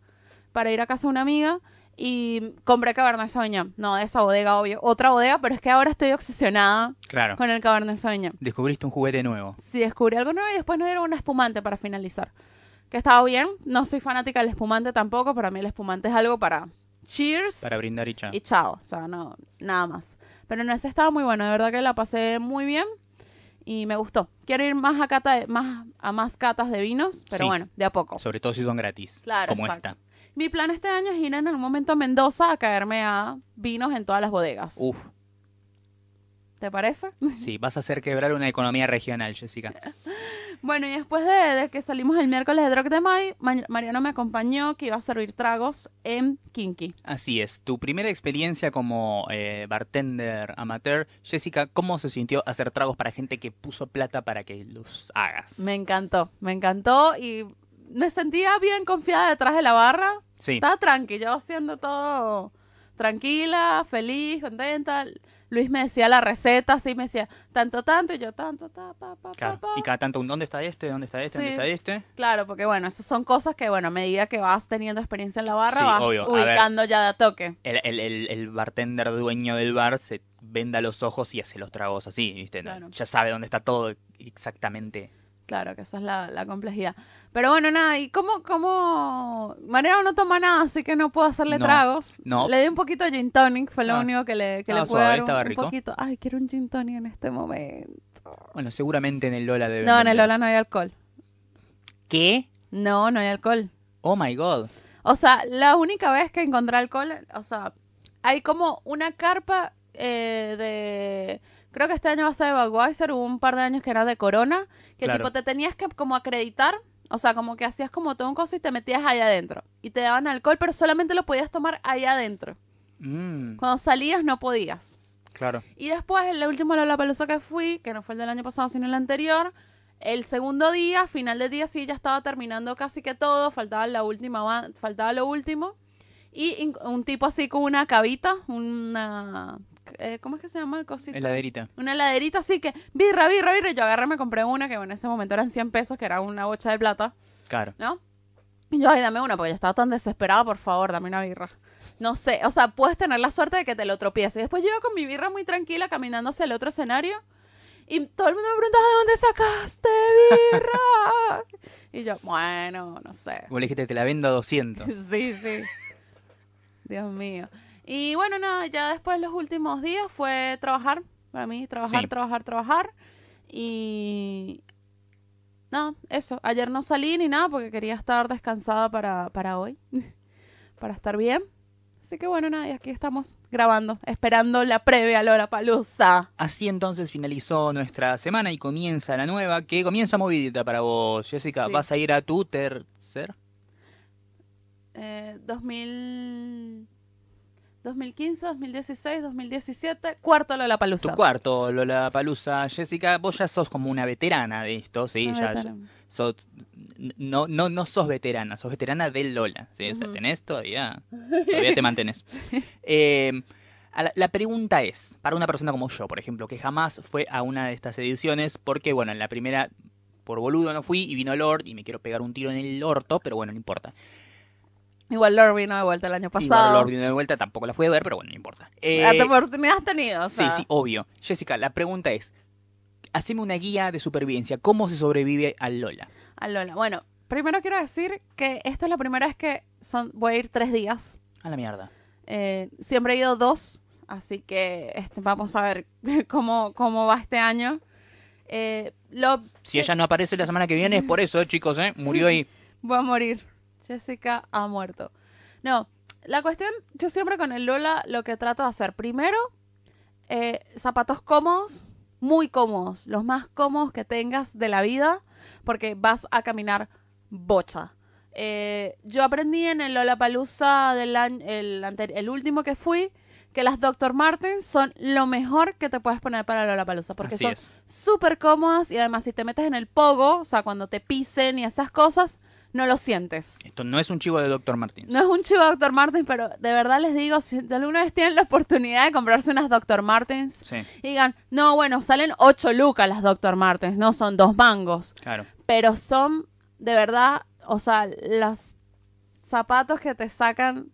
[SPEAKER 2] para ir a casa de una amiga y compré Cabernet Sauvignon. No, de esa bodega, obvio. Otra bodega, pero es que ahora estoy obsesionada
[SPEAKER 1] Claro.
[SPEAKER 2] con el Cabernet Sauvignon.
[SPEAKER 1] Descubriste un juguete nuevo.
[SPEAKER 2] Si descubrí algo nuevo y después nos dieron un espumante para finalizar. Que estaba bien. No soy fanática del espumante tampoco. Para mí el espumante es algo para... Cheers
[SPEAKER 1] Para brindar y chao.
[SPEAKER 2] y chao. O sea, no, nada más. Pero no, ese estaba muy bueno, de verdad que la pasé muy bien y me gustó. Quiero ir más a, cata de- más, a más catas de vinos, pero
[SPEAKER 1] Sí.
[SPEAKER 2] bueno, de a poco.
[SPEAKER 1] Sobre todo si son gratis.
[SPEAKER 2] Claro,
[SPEAKER 1] Como
[SPEAKER 2] exacto.
[SPEAKER 1] esta.
[SPEAKER 2] Mi plan este año es ir en algún momento a Mendoza a caerme a vinos en todas las bodegas.
[SPEAKER 1] Uf,
[SPEAKER 2] ¿Te parece?
[SPEAKER 1] sí, vas a hacer quebrar una economía regional, Jessica.
[SPEAKER 2] Bueno, y después de, de que salimos el miércoles de Drog de May, Ma- Mariano me acompañó que iba a servir tragos en Kinky.
[SPEAKER 1] Así es, tu primera experiencia como eh, bartender amateur, Jessica, ¿cómo se sintió hacer tragos para gente que puso plata para que los hagas?
[SPEAKER 2] Me encantó, me encantó y me sentía bien confiada detrás de la barra.
[SPEAKER 1] Sí,
[SPEAKER 2] Estaba tranqui, yo haciendo todo tranquila, feliz, contenta. Luis me decía la receta, así me decía tanto, tanto, y yo tanto, ta, pa, pa, pa,
[SPEAKER 1] claro.
[SPEAKER 2] pa.
[SPEAKER 1] Y cada tanto, un, ¿dónde está este? ¿Dónde está este? ¿Dónde
[SPEAKER 2] Sí.
[SPEAKER 1] está este?
[SPEAKER 2] Claro, porque bueno, esas son cosas que, bueno, a medida que vas teniendo experiencia en la barra,
[SPEAKER 1] Sí,
[SPEAKER 2] vas
[SPEAKER 1] obvio. A ver.
[SPEAKER 2] ubicando ya de a toque.
[SPEAKER 1] El, el- el- el bartender dueño del bar se venda los ojos y hace los tragos así, ¿viste?
[SPEAKER 2] Claro.
[SPEAKER 1] Ya sabe dónde está todo exactamente.
[SPEAKER 2] Claro, que esa es la, la complejidad. Pero bueno, nada, y cómo, cómo... Mariano no toma nada, así que no puedo hacerle
[SPEAKER 1] No,
[SPEAKER 2] tragos.
[SPEAKER 1] no.
[SPEAKER 2] Le di un poquito de gin tonic, fue lo
[SPEAKER 1] Ah.
[SPEAKER 2] único que le, que
[SPEAKER 1] Estaba
[SPEAKER 2] le pude
[SPEAKER 1] suave,
[SPEAKER 2] dar un-
[SPEAKER 1] estaba
[SPEAKER 2] un
[SPEAKER 1] rico.
[SPEAKER 2] poquito. Ay, quiero un gin tonic en este momento.
[SPEAKER 1] Bueno, seguramente en el Lola debe.
[SPEAKER 2] No, en el Lola no hay alcohol.
[SPEAKER 1] ¿Qué?
[SPEAKER 2] No, no hay alcohol.
[SPEAKER 1] Oh my god.
[SPEAKER 2] O sea, la única vez que encontré alcohol, o sea, hay como una carpa eh, de... Creo que este año va a ser de Budweiser, hubo un par de años que era de Corona, que
[SPEAKER 1] Claro.
[SPEAKER 2] tipo te tenías que como acreditar, o sea, como que hacías como todo un coso y te metías allá adentro. Y te daban alcohol, pero solamente lo podías tomar allá adentro.
[SPEAKER 1] Mm,
[SPEAKER 2] Cuando salías no podías.
[SPEAKER 1] claro.
[SPEAKER 2] Y después, el último Lollapalooza que fui, que no fue el del año pasado, sino el anterior, el segundo día, final de día, sí, ya estaba terminando casi que todo, faltaba la última, ba- faltaba lo último. Y in- un tipo así con una cabita, una... eh, ¿Cómo es que se llama el cosito?
[SPEAKER 1] Heladerita.
[SPEAKER 2] Una heladerita así que, birra, birra, birra, y yo agarré, me compré una, que bueno, en ese momento eran 100 pesos, que era una bocha de plata.
[SPEAKER 1] Claro.
[SPEAKER 2] ¿no? Y yo, ay, dame una, porque yo estaba tan desesperada, por favor, dame una birra. No sé, o sea, puedes tener la suerte de que te lo tropieces. Y después yo iba con mi birra muy tranquila caminando hacia el otro escenario y todo el mundo me preguntaba, ¿de dónde sacaste birra? y yo, bueno, no sé.
[SPEAKER 1] Vos le dijiste, te la vendo a 200.
[SPEAKER 2] Sí, sí. Dios mío. Y bueno, nada, ya después los últimos días fue trabajar. Para mí, trabajar,
[SPEAKER 1] Sí.
[SPEAKER 2] trabajar, trabajar. Y. No, eso. Ayer no salí ni nada porque quería estar descansada para, para hoy. para estar bien. Así que bueno, nada, y aquí estamos grabando, esperando la previa Lola Palusa.
[SPEAKER 1] Así entonces finalizó nuestra semana y comienza la nueva, que comienza movidita para vos, Jessica.
[SPEAKER 2] Sí.
[SPEAKER 1] Vas a ir a tu tercer.
[SPEAKER 2] Eh, 2000. 2015, 2016, 2017, cuarto Lola
[SPEAKER 1] Tu
[SPEAKER 2] Palusa.
[SPEAKER 1] cuarto, Lola Palusa. Jessica, vos ya sos como una veterana de esto, ¿sí? Ya, ya- sos- no, no, no sos veterana, sos veterana del Lola. ¿sí? O sea,
[SPEAKER 2] Ujú.
[SPEAKER 1] tenés todavía. Todavía te mantenés. Eh, a la, la pregunta es: para una persona como yo, por ejemplo, que jamás fue a una de estas ediciones, porque, bueno, en la primera, por boludo no fui y vino Lord y me quiero pegar un tiro en el orto, pero bueno, no importa.
[SPEAKER 2] Igual Lord vino de vuelta el año
[SPEAKER 1] Igual
[SPEAKER 2] pasado. Ah,
[SPEAKER 1] Lord vino de vuelta, tampoco la fui a ver, pero bueno, no importa. Eh,
[SPEAKER 2] La oportunidad has tenido. o sea.
[SPEAKER 1] Sí, sí, obvio. Jessica, la pregunta es: haceme una guía de supervivencia. ¿Cómo se sobrevive al Lola?
[SPEAKER 2] A Lola. Bueno, primero quiero decir que esta es la primera vez que son, voy a ir tres días.
[SPEAKER 1] A la mierda.
[SPEAKER 2] Eh, siempre he ido dos, así que este, vamos a ver cómo, cómo va este año. Eh, lo
[SPEAKER 1] Si ella no aparece la semana que viene, es por eso, eh, chicos, ¿eh? Murió ahí.
[SPEAKER 2] voy a morir. Jessica ha muerto. No, La cuestión, yo siempre con el Lola lo que trato de hacer, primero, eh, zapatos cómodos, muy cómodos, los más cómodos que tengas de la vida, porque vas a caminar bocha. Eh, yo aprendí en el Lollapalooza del año, el, ante- el último que fui que las Dr. Martens son lo mejor que te puedes poner para Lollapalooza porque
[SPEAKER 1] Así
[SPEAKER 2] son
[SPEAKER 1] es.
[SPEAKER 2] súper cómodas y además si te metes en el pogo, o sea, cuando te pisen y esas cosas, no lo sientes.
[SPEAKER 1] Esto no es un chivo de Dr. Martins.
[SPEAKER 2] No es un chivo Dr. Martens, pero de verdad les digo, si alguna vez tienen la oportunidad de comprarse unas Dr. Martens,
[SPEAKER 1] Sí,
[SPEAKER 2] y digan, no, bueno, salen 8 lucas las Dr. Martens, no son dos mangos.
[SPEAKER 1] claro.
[SPEAKER 2] Pero son, de verdad, o sea, los zapatos que te sacan,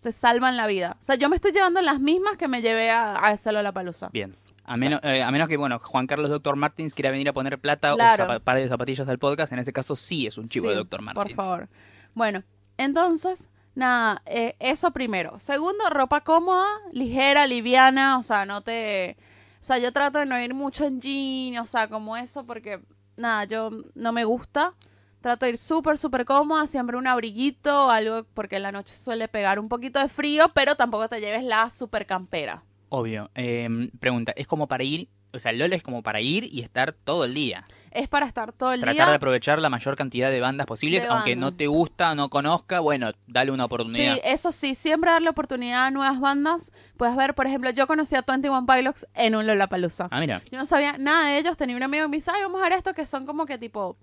[SPEAKER 2] te salvan la vida. O sea, yo me estoy llevando las mismas que me llevé a, a hacerlo la palusa.
[SPEAKER 1] Bien. A menos, eh, a menos que, bueno, Juan Carlos Dr. Martins quiera venir a poner plata
[SPEAKER 2] Claro.
[SPEAKER 1] o zapa- par de zapatillas al podcast. En ese caso sí es un chivo de Dr. Martins.
[SPEAKER 2] Por favor. Bueno, entonces, nada, eh, eso primero. Segundo, ropa cómoda, ligera, liviana, o sea, no te... O sea, yo trato de no ir mucho en jean, o sea, como eso, porque, nada, yo no me gusta. Trato de ir súper, súper cómoda, siempre un abriguito, algo, porque en la noche suele pegar un poquito de frío, pero tampoco te lleves la super campera.
[SPEAKER 1] Obvio. Eh, pregunta, ¿es como para ir? O sea, LOL es como para ir y estar todo el día.
[SPEAKER 2] Es para estar todo el
[SPEAKER 1] Tratar
[SPEAKER 2] día...
[SPEAKER 1] de aprovechar la mayor cantidad de bandas posibles,
[SPEAKER 2] De
[SPEAKER 1] aunque
[SPEAKER 2] bandas.
[SPEAKER 1] no te gusta, no conozca, bueno, dale una oportunidad.
[SPEAKER 2] Sí, eso sí, siempre darle oportunidad a nuevas bandas. Puedes ver, por ejemplo, yo conocí a 21 Pilots en un Lollapalooza.
[SPEAKER 1] Ah, mira.
[SPEAKER 2] Yo no sabía nada de ellos, tenía un amigo y me dice, ay, vamos a ver esto, que son como que tipo,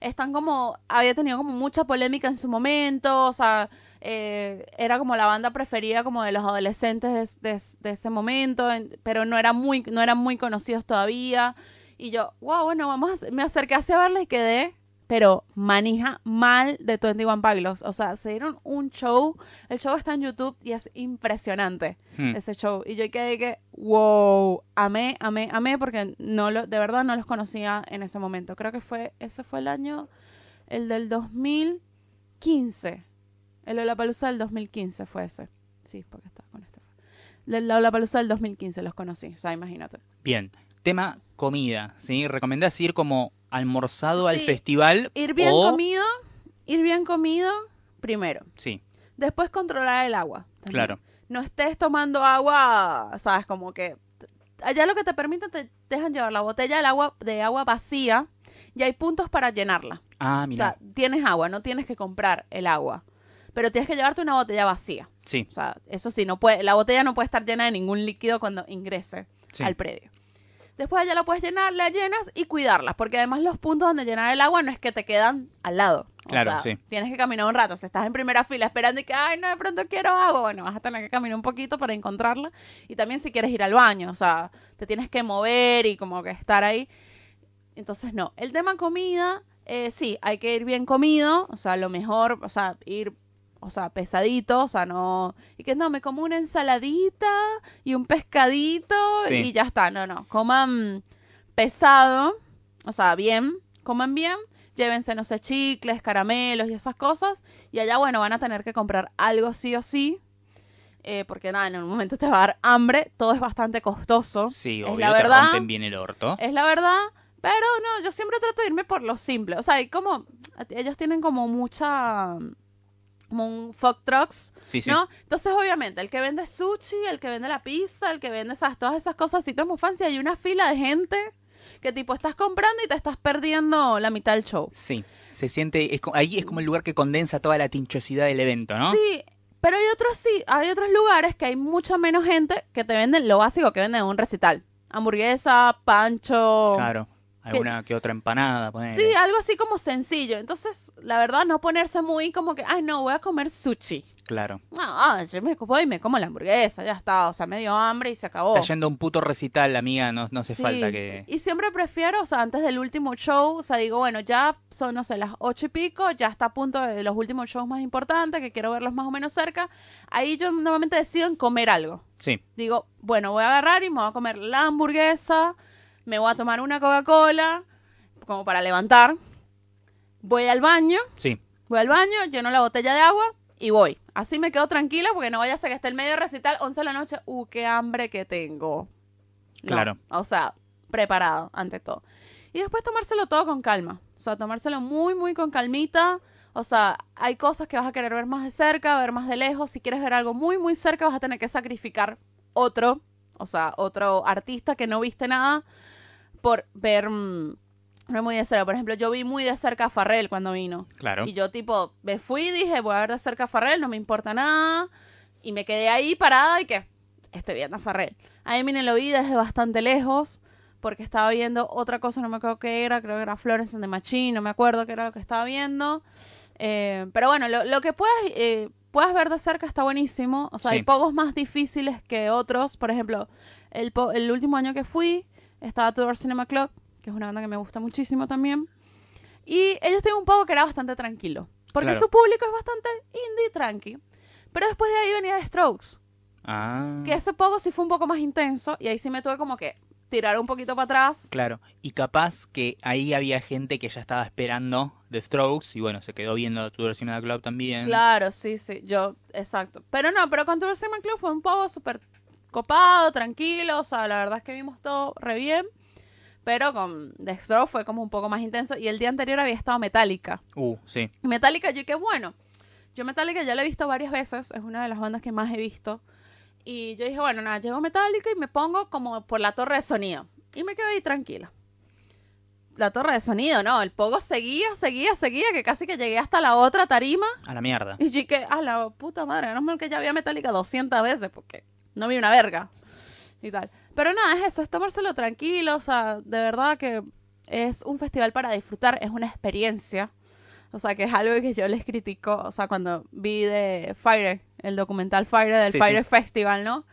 [SPEAKER 2] están como, había tenido como mucha polémica en su momento, o sea, eh, era como la banda preferida como de los adolescentes de, de- de ese momento, en- pero no, era muy, no eran muy conocidos todavía. Y yo, wow, bueno, vamos a, hacer-". me acerqué hacia verla y quedé, pero manija mal de 21 Pilots. O sea, se dieron un show, el show está en YouTube y es impresionante
[SPEAKER 1] Hmm.
[SPEAKER 2] ese show. Y yo quedé que, wow, amé, amé, amé, porque no lo, de verdad no los conocía en ese momento. Creo que fue, ese fue el año, el del 2015. El Lollapalooza del 2015 fue ese. Sí, porque estaba con este. El Lollapalooza del 2015 los conocí, o sea, imagínate.
[SPEAKER 1] Bien. Tema comida, ¿sí? ¿Recomendás ir como almorzado al
[SPEAKER 2] Sí.
[SPEAKER 1] festival?
[SPEAKER 2] Ir bien
[SPEAKER 1] o...
[SPEAKER 2] comido, ir bien comido primero.
[SPEAKER 1] Sí,
[SPEAKER 2] Después controlar el agua. también.
[SPEAKER 1] claro.
[SPEAKER 2] no estés tomando agua, sabes, como que allá lo que te permiten te dejan llevar la botella del agua de agua vacía y hay puntos para llenarla.
[SPEAKER 1] Ah, mira.
[SPEAKER 2] O sea, tienes agua, no tienes que comprar el agua, pero tienes que llevarte una botella vacía.
[SPEAKER 1] sí,
[SPEAKER 2] O sea, eso sí no puede, la botella no puede estar llena de ningún líquido cuando ingrese
[SPEAKER 1] sí.
[SPEAKER 2] al predio. Después allá la puedes llenar, la llenas y cuidarla, porque además los puntos donde llenar el agua no es que te quedan al lado. O
[SPEAKER 1] Claro,
[SPEAKER 2] sea,
[SPEAKER 1] sí.
[SPEAKER 2] Tienes que caminar un rato. Si estás en primera fila esperando y que, ay, no, de pronto quiero agua, bueno, vas a tener que caminar un poquito para encontrarla. Y también si quieres ir al baño, o sea, te tienes que mover y como que estar ahí. Entonces, no. El tema comida, eh, sí, hay que ir bien comido, o sea, lo mejor, o sea, ir, o sea, pesadito, o sea, no. Y que no, me como una ensaladita y un pescadito
[SPEAKER 1] Sí.
[SPEAKER 2] y ya está. No, no. Coman pesado, o sea, bien, coman bien. Llévense, no sé, chicles, caramelos y esas cosas. Y allá, bueno, van a tener que comprar algo sí o sí. eh, porque nada, en un momento te va a dar hambre. Todo es bastante costoso.
[SPEAKER 1] Sí,
[SPEAKER 2] Es
[SPEAKER 1] obvio,
[SPEAKER 2] la
[SPEAKER 1] te
[SPEAKER 2] verdad. Eh,
[SPEAKER 1] rompen bien el orto.
[SPEAKER 2] Es la verdad, pero no, yo siempre trato de irme por lo simple. O sea, hay como. Ellos tienen como mucha. Como un fuck trucks,
[SPEAKER 1] Sí, sí.
[SPEAKER 2] ¿no? Entonces, obviamente, el que vende sushi, el que vende la pizza, el que vende esas, todas esas cosas, si tomas fancy, hay una fila de gente que tipo estás comprando y te estás perdiendo la mitad del show.
[SPEAKER 1] Sí. Se siente, es, co- ahí es como el lugar que condensa toda la tinchosidad del evento, ¿no?
[SPEAKER 2] Sí, pero hay otros sí, hay otros lugares que hay mucha menos gente que te venden lo básico que venden en un recital. Hamburguesa, pancho,
[SPEAKER 1] Claro. Alguna que otra empanada, ponele.
[SPEAKER 2] Sí, ah, algo así como sencillo. Entonces, la verdad, no ponerse muy como que, ay, no, voy a comer sushi.
[SPEAKER 1] Claro.
[SPEAKER 2] No, ah, yo me voy y me como la hamburguesa, ya está. O sea, me dio hambre y se acabó.
[SPEAKER 1] Está yendo a un puto recital, amiga, no, no hace
[SPEAKER 2] Sí,
[SPEAKER 1] falta que...
[SPEAKER 2] Y siempre prefiero, o sea, antes del último show, o sea, digo, bueno, ya son, no sé, las ocho y pico, ya está a punto de los últimos shows más importantes, que quiero verlos más o menos cerca. Ahí yo normalmente decido en comer algo
[SPEAKER 1] Sí,
[SPEAKER 2] digo, bueno, voy a agarrar y me voy a comer la hamburguesa, me voy a tomar una Coca-Cola, como para levantar. Voy al baño,
[SPEAKER 1] sí.
[SPEAKER 2] voy al baño, lleno la botella de agua y voy. Así me quedo tranquila porque no vaya a ser que esté el medio recital, 11 de la noche, uh, qué hambre que tengo. No,
[SPEAKER 1] Claro.
[SPEAKER 2] O sea, preparado ante todo. Y después tomárselo todo con calma. O sea, tomárselo muy, muy con calmita. O sea, hay cosas que vas a querer ver más de cerca, ver más de lejos. Si quieres ver algo muy, muy cerca, vas a tener que sacrificar otro, o sea, otro artista que no viste nada por ver mm, no muy de cerca. Por ejemplo, yo vi muy de cerca a Farrell cuando vino.
[SPEAKER 1] Claro.
[SPEAKER 2] Y yo tipo, me fui y dije, voy a ver de cerca a Farrell, no me importa nada. Y me quedé ahí parada y que estoy viendo a Farrell. A Eminem lo vi desde bastante lejos porque estaba viendo otra cosa, no me acuerdo qué era, creo que era Florence and the Machine, no me acuerdo qué era lo que estaba viendo. Eh, pero bueno, lo, lo que puedas, eh, puedas ver de cerca está buenísimo. O sea,
[SPEAKER 1] Sí.
[SPEAKER 2] hay pocos más difíciles que otros. Por ejemplo, el, po- el último año que fui estaba Tudor Cinema Club, que es una banda que me gusta muchísimo también. Y ellos tienen un poco que era bastante tranquilo. Porque
[SPEAKER 1] Claro.
[SPEAKER 2] su público es bastante indie tranqui. Pero después de ahí venía The Strokes.
[SPEAKER 1] Ah,
[SPEAKER 2] Que ese poco sí fue un poco más intenso y ahí sí me tuve como que tirar un poquito para atrás.
[SPEAKER 1] claro. Y capaz que ahí había gente que ya estaba esperando The Strokes y bueno, se quedó viendo tu versión de Club también.
[SPEAKER 2] Claro, sí, sí, yo, exacto. Pero no, pero con Tour Seaman Club fue un poco súper copado, tranquilo, o sea, la verdad es que vimos todo re bien. Pero con The Stroke fue como un poco más intenso y el día anterior había estado Metallica.
[SPEAKER 1] Uh, sí.
[SPEAKER 2] Metallica, yo que bueno. Yo Metallica ya la he visto varias veces, es una de las bandas que más he visto. Y yo dije, bueno, nada, llego a Metallica y me pongo como por la torre de sonido. Y me quedo ahí tranquila. La torre de sonido, no, el pogo seguía, seguía, seguía, que casi que llegué hasta la otra tarima.
[SPEAKER 1] A la mierda.
[SPEAKER 2] Y yo que, a la puta madre, menos mal que ya había Metallica 200 veces, porque no vi una verga. Y tal. Pero nada, es eso, es tomárselo tranquilo, o sea, de verdad que es un festival para disfrutar, es una experiencia. O sea, que es algo que yo les critico, o sea, cuando vi de Fire, el documental Fire del
[SPEAKER 1] Sí, sí.
[SPEAKER 2] Fire Festival, ¿no?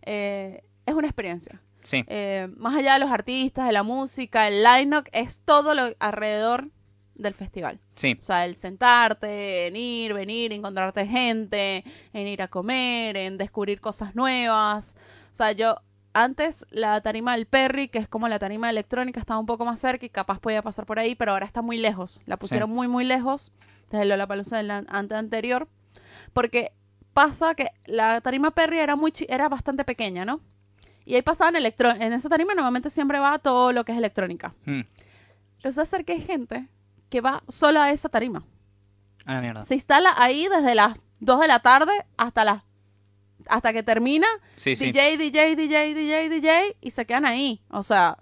[SPEAKER 2] Eh, es una experiencia.
[SPEAKER 1] Sí.
[SPEAKER 2] Eh, más allá de los artistas, de la música, el line-up, es todo lo alrededor del festival.
[SPEAKER 1] Sí.
[SPEAKER 2] O sea, el sentarte, en ir, venir, encontrarte gente, en ir a comer, en descubrir cosas nuevas. O sea, yo antes la tarima del Perry, que es como la tarima electrónica, estaba un poco más cerca y capaz podía pasar por ahí, pero ahora está muy lejos. La pusieron muy, muy lejos desde la palusa del an- ante anterior. Porque pasa que la tarima Perry era, muy chi- era bastante pequeña, ¿no? Y ahí pasaban electro En esa tarima normalmente siempre va todo lo que es electrónica.
[SPEAKER 1] Mm.
[SPEAKER 2] Resulta ser que hay gente que va solo a esa tarima.
[SPEAKER 1] A la mierda.
[SPEAKER 2] Ah. Se instala ahí desde las 2 de la tarde hasta las hasta que termina
[SPEAKER 1] Sí, sí.
[SPEAKER 2] DJ, DJ, DJ, DJ, DJ y se quedan ahí. O sea,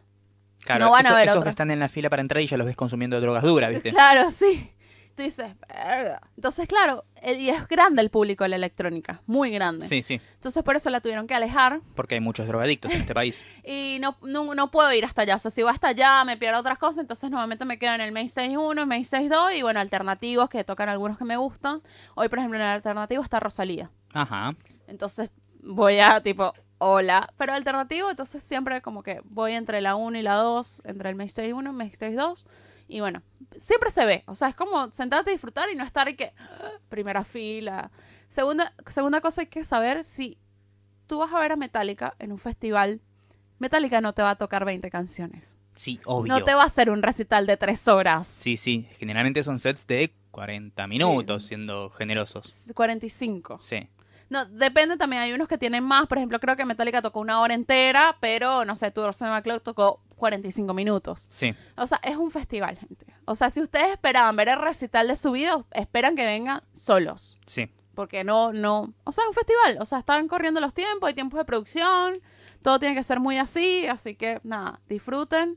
[SPEAKER 1] Claro,
[SPEAKER 2] no van a
[SPEAKER 1] eso-
[SPEAKER 2] ver
[SPEAKER 1] esos
[SPEAKER 2] otra.
[SPEAKER 1] que están en la fila para entrar y ya los ves consumiendo drogas duras, ¿viste?
[SPEAKER 2] claro, sí. Tú dices, "Verga". entonces claro, el- y es grande el público de la electrónica, muy grande.
[SPEAKER 1] Sí, sí.
[SPEAKER 2] Entonces por eso la tuvieron que alejar
[SPEAKER 1] Porque hay muchos drogadictos en este país.
[SPEAKER 2] y no, no, no puedo ir hasta allá. O sea, si voy hasta allá me pierdo otras cosas, entonces normalmente me quedo en el Main 6.1, el Main 6.2 y bueno, alternativos que tocan algunos que me gustan. Hoy por ejemplo en el alternativo está Rosalía.
[SPEAKER 1] Ajá.
[SPEAKER 2] Entonces voy a tipo, hola. Pero alternativo, entonces siempre como que voy entre la 1 y la 2, entre el Mainstage 1 y el Mainstage 2. Y bueno, siempre se ve. O sea, es como sentarte a disfrutar y no estar y que "Ah", primera fila. Segunda, segunda cosa hay que saber si tú vas a ver a Metallica en un festival. Metallica no te va a tocar 20 canciones.
[SPEAKER 1] Sí, obvio.
[SPEAKER 2] No te va a hacer un recital de 3 horas.
[SPEAKER 1] Sí, sí. Generalmente son sets de 40 minutos, siendo generosos.
[SPEAKER 2] 45.
[SPEAKER 1] Sí.
[SPEAKER 2] No, depende también. Hay unos que tienen más. Por ejemplo, creo que Metallica tocó una hora entera, pero no sé, Tudor Cinema Club tocó 45 minutos.
[SPEAKER 1] Sí.
[SPEAKER 2] O sea, es un festival, gente. O sea, si ustedes esperaban ver el recital de su vida, esperan que vengan solos.
[SPEAKER 1] Sí.
[SPEAKER 2] Porque no, no. O sea, es un festival. O sea, están corriendo los tiempos, hay tiempos de producción. Todo tiene que ser muy así. Así que nada, disfruten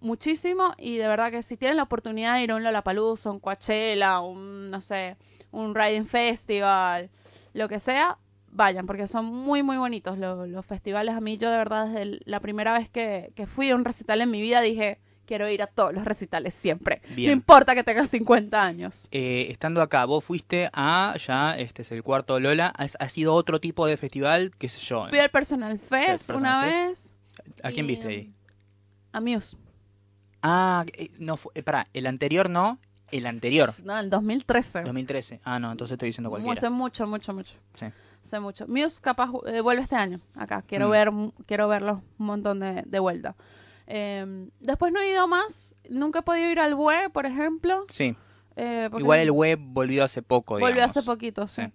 [SPEAKER 2] muchísimo. Y de verdad que si tienen la oportunidad de ir a un Lollapalooza, un Coachella, un, no sé, un Riding Festival, lo que sea, vayan, porque son muy, muy bonitos lo- los festivales. A mí, yo de verdad, desde el- la primera vez que, que fui a un recital en mi vida, dije, quiero ir a todos los recitales siempre.
[SPEAKER 1] Bien.
[SPEAKER 2] No importa que tengan 50 años.
[SPEAKER 1] Eh, estando acá, vos fuiste a, ya, este es el cuarto Lola, ha, ha sido otro tipo de festival, qué sé yo.
[SPEAKER 2] Fui al Personal Fest
[SPEAKER 1] Personal
[SPEAKER 2] una
[SPEAKER 1] Fest.
[SPEAKER 2] vez.
[SPEAKER 1] ¿A quién
[SPEAKER 2] y,
[SPEAKER 1] viste ahí?
[SPEAKER 2] A Muse.
[SPEAKER 1] Ah, eh, no, fue, eh, pará, el anterior no, el anterior,
[SPEAKER 2] No, en 2013.
[SPEAKER 1] 2013. Ah, no, entonces estoy diciendo
[SPEAKER 2] Mu-
[SPEAKER 1] cualquiera.
[SPEAKER 2] Hace mucho, mucho, mucho.
[SPEAKER 1] Sí.
[SPEAKER 2] Hace mucho. Muse capaz eh, vuelve este año acá. Quiero
[SPEAKER 1] Mm.
[SPEAKER 2] ver quiero verlos un montón de, de vuelta. Eh, después no he ido más. Nunca he podido ir al BUE, por ejemplo.
[SPEAKER 1] Sí,
[SPEAKER 2] eh, porque
[SPEAKER 1] igual el web volvió hace poco, digamos.
[SPEAKER 2] Volvió hace poquito, sí.
[SPEAKER 1] Sí.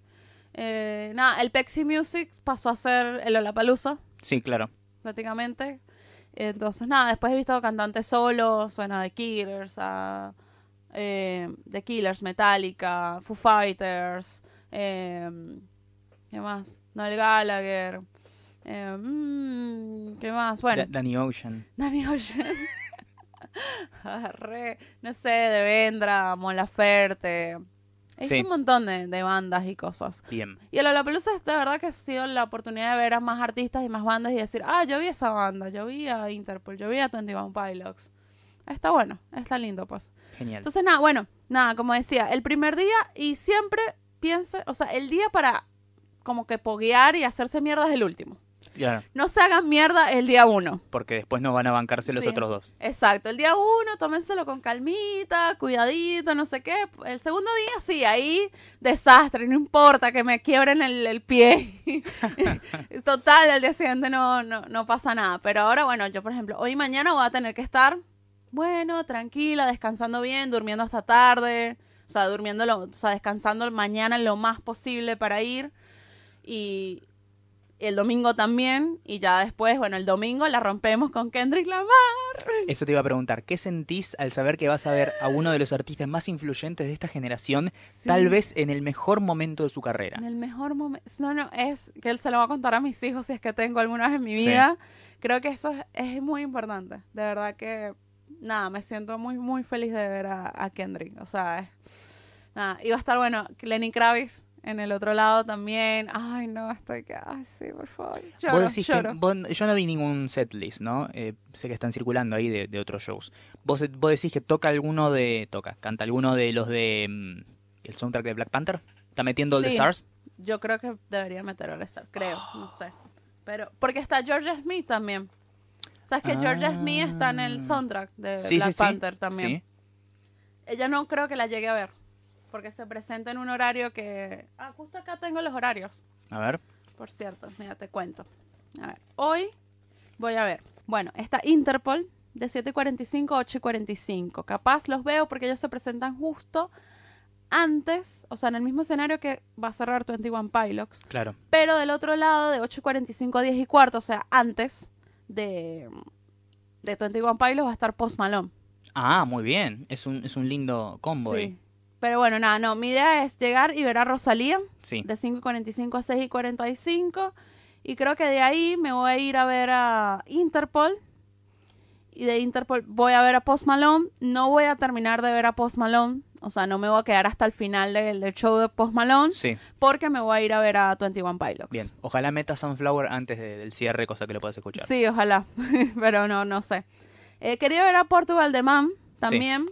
[SPEAKER 2] Eh, nada, el Pepsi Music pasó a ser el Olapalooza,
[SPEAKER 1] Sí, claro.
[SPEAKER 2] prácticamente. Entonces, nada, después he visto cantantes solos, bueno, de Killers, a, eh, The Killers, Metallica, Foo Fighters, eh, ¿qué más? Noel Gallagher, eh, mm, ¿qué más? Bueno,
[SPEAKER 1] Da- Danny Ocean.
[SPEAKER 2] Danny Ocean. Arre, no sé, Devendra, Mon Laferte. Hay
[SPEAKER 1] Sí.
[SPEAKER 2] un montón de, de bandas y cosas.
[SPEAKER 1] Bien.
[SPEAKER 2] Y el Lollapalooza es de verdad que ha sido la oportunidad de ver a más artistas y más bandas y decir, ah, yo vi esa banda, yo vi a Interpol, yo vi a 21 Pilots. Está bueno, está lindo pues.
[SPEAKER 1] Genial.
[SPEAKER 2] Entonces, nada, bueno, nada, como decía, el primer día y siempre piense, o sea, el día para como que poguear y hacerse mierda es el último.
[SPEAKER 1] Claro,
[SPEAKER 2] No se hagan mierda el día uno.
[SPEAKER 1] porque después no van a bancarse los
[SPEAKER 2] Sí.
[SPEAKER 1] otros dos.
[SPEAKER 2] Exacto, el día uno, tómenselo con calmita, cuidadito, no sé qué. El segundo día, sí, ahí, desastre, no importa que me quiebren el, el pie. Total, al día siguiente no, no, no pasa nada. Pero ahora, bueno, yo, por ejemplo, hoy y mañana voy a tener que estar, bueno, tranquila, descansando bien, durmiendo hasta tarde. O sea, durmiendo, lo- o sea, descansando mañana lo más posible para ir. Y el domingo también. Y ya después, bueno, el domingo la rompemos con Kendrick Lamar.
[SPEAKER 1] Eso te iba a preguntar. ¿Qué sentís al saber que vas a ver a uno de los artistas más influyentes de esta generación, tal
[SPEAKER 2] Sí.
[SPEAKER 1] vez en el mejor momento de su carrera?
[SPEAKER 2] En el mejor momento. No, no, es que él se lo va a contar a mis hijos si es que tengo alguna vez en mi
[SPEAKER 1] Sí.
[SPEAKER 2] vida. Creo que eso es, es muy importante. De verdad que, nada, me siento muy, muy feliz de ver a, a Kendrick. O sea, es- nada, iba a estar, bueno, Lenny Kravitz en el otro lado también. Ay, no, estoy que, ay, sí, por favor. Lloro,
[SPEAKER 1] Vos decís
[SPEAKER 2] lloro.
[SPEAKER 1] que. vos- yo no vi ningún setlist, ¿no? Eh, sé que están circulando ahí de, de otros shows. Vos, eh, vos decís que toca alguno de. Toca, canta alguno de los de. mm, el soundtrack de Black Panther. ¿Está metiendo All the
[SPEAKER 2] Sí.
[SPEAKER 1] Stars?
[SPEAKER 2] Yo creo que debería meter All Star, creo, no sé. Pero, porque está Georgia Smith también. ¿Sabes que Georgia Smith está en
[SPEAKER 1] Ah.
[SPEAKER 2] el soundtrack de
[SPEAKER 1] Sí,
[SPEAKER 2] eh, Black
[SPEAKER 1] sí, sí.
[SPEAKER 2] Panther también?
[SPEAKER 1] Sí.
[SPEAKER 2] Ella no creo que la llegue a ver. Porque se presenta en un horario que. Ah, justo acá tengo los horarios.
[SPEAKER 1] A ver.
[SPEAKER 2] Por cierto, mira, te cuento. A ver, hoy voy a ver. Bueno, está Interpol de 7.45 a 8.45. Capaz los veo porque ellos se presentan justo antes, o sea, en el mismo escenario que va a cerrar 21 Pilots.
[SPEAKER 1] Claro.
[SPEAKER 2] Pero del otro lado, de 8.45 a 10 y cuarto, o sea, antes de, de 21 Pilots va a estar Post Malone.
[SPEAKER 1] Ah, muy bien. Es un, es un lindo combo
[SPEAKER 2] Sí.
[SPEAKER 1] ahí.
[SPEAKER 2] Pero bueno, nada, no. Mi idea es llegar y ver a Rosalía
[SPEAKER 1] Sí.
[SPEAKER 2] de 5.45 a 6.45. Y creo que de ahí me voy a ir a ver a Interpol. Y de Interpol voy a ver a Post Malone. No voy a terminar de ver a Post Malone. O sea, no me voy a quedar hasta el final del, del show de Post Malone.
[SPEAKER 1] Sí.
[SPEAKER 2] Porque me voy a ir a ver a 21 Pilots.
[SPEAKER 1] Bien. Ojalá meta Sunflower antes de- del cierre, cosa que lo puedas escuchar.
[SPEAKER 2] Sí, ojalá. Pero no, no sé. Eh, quería ver a Portugal de Man también,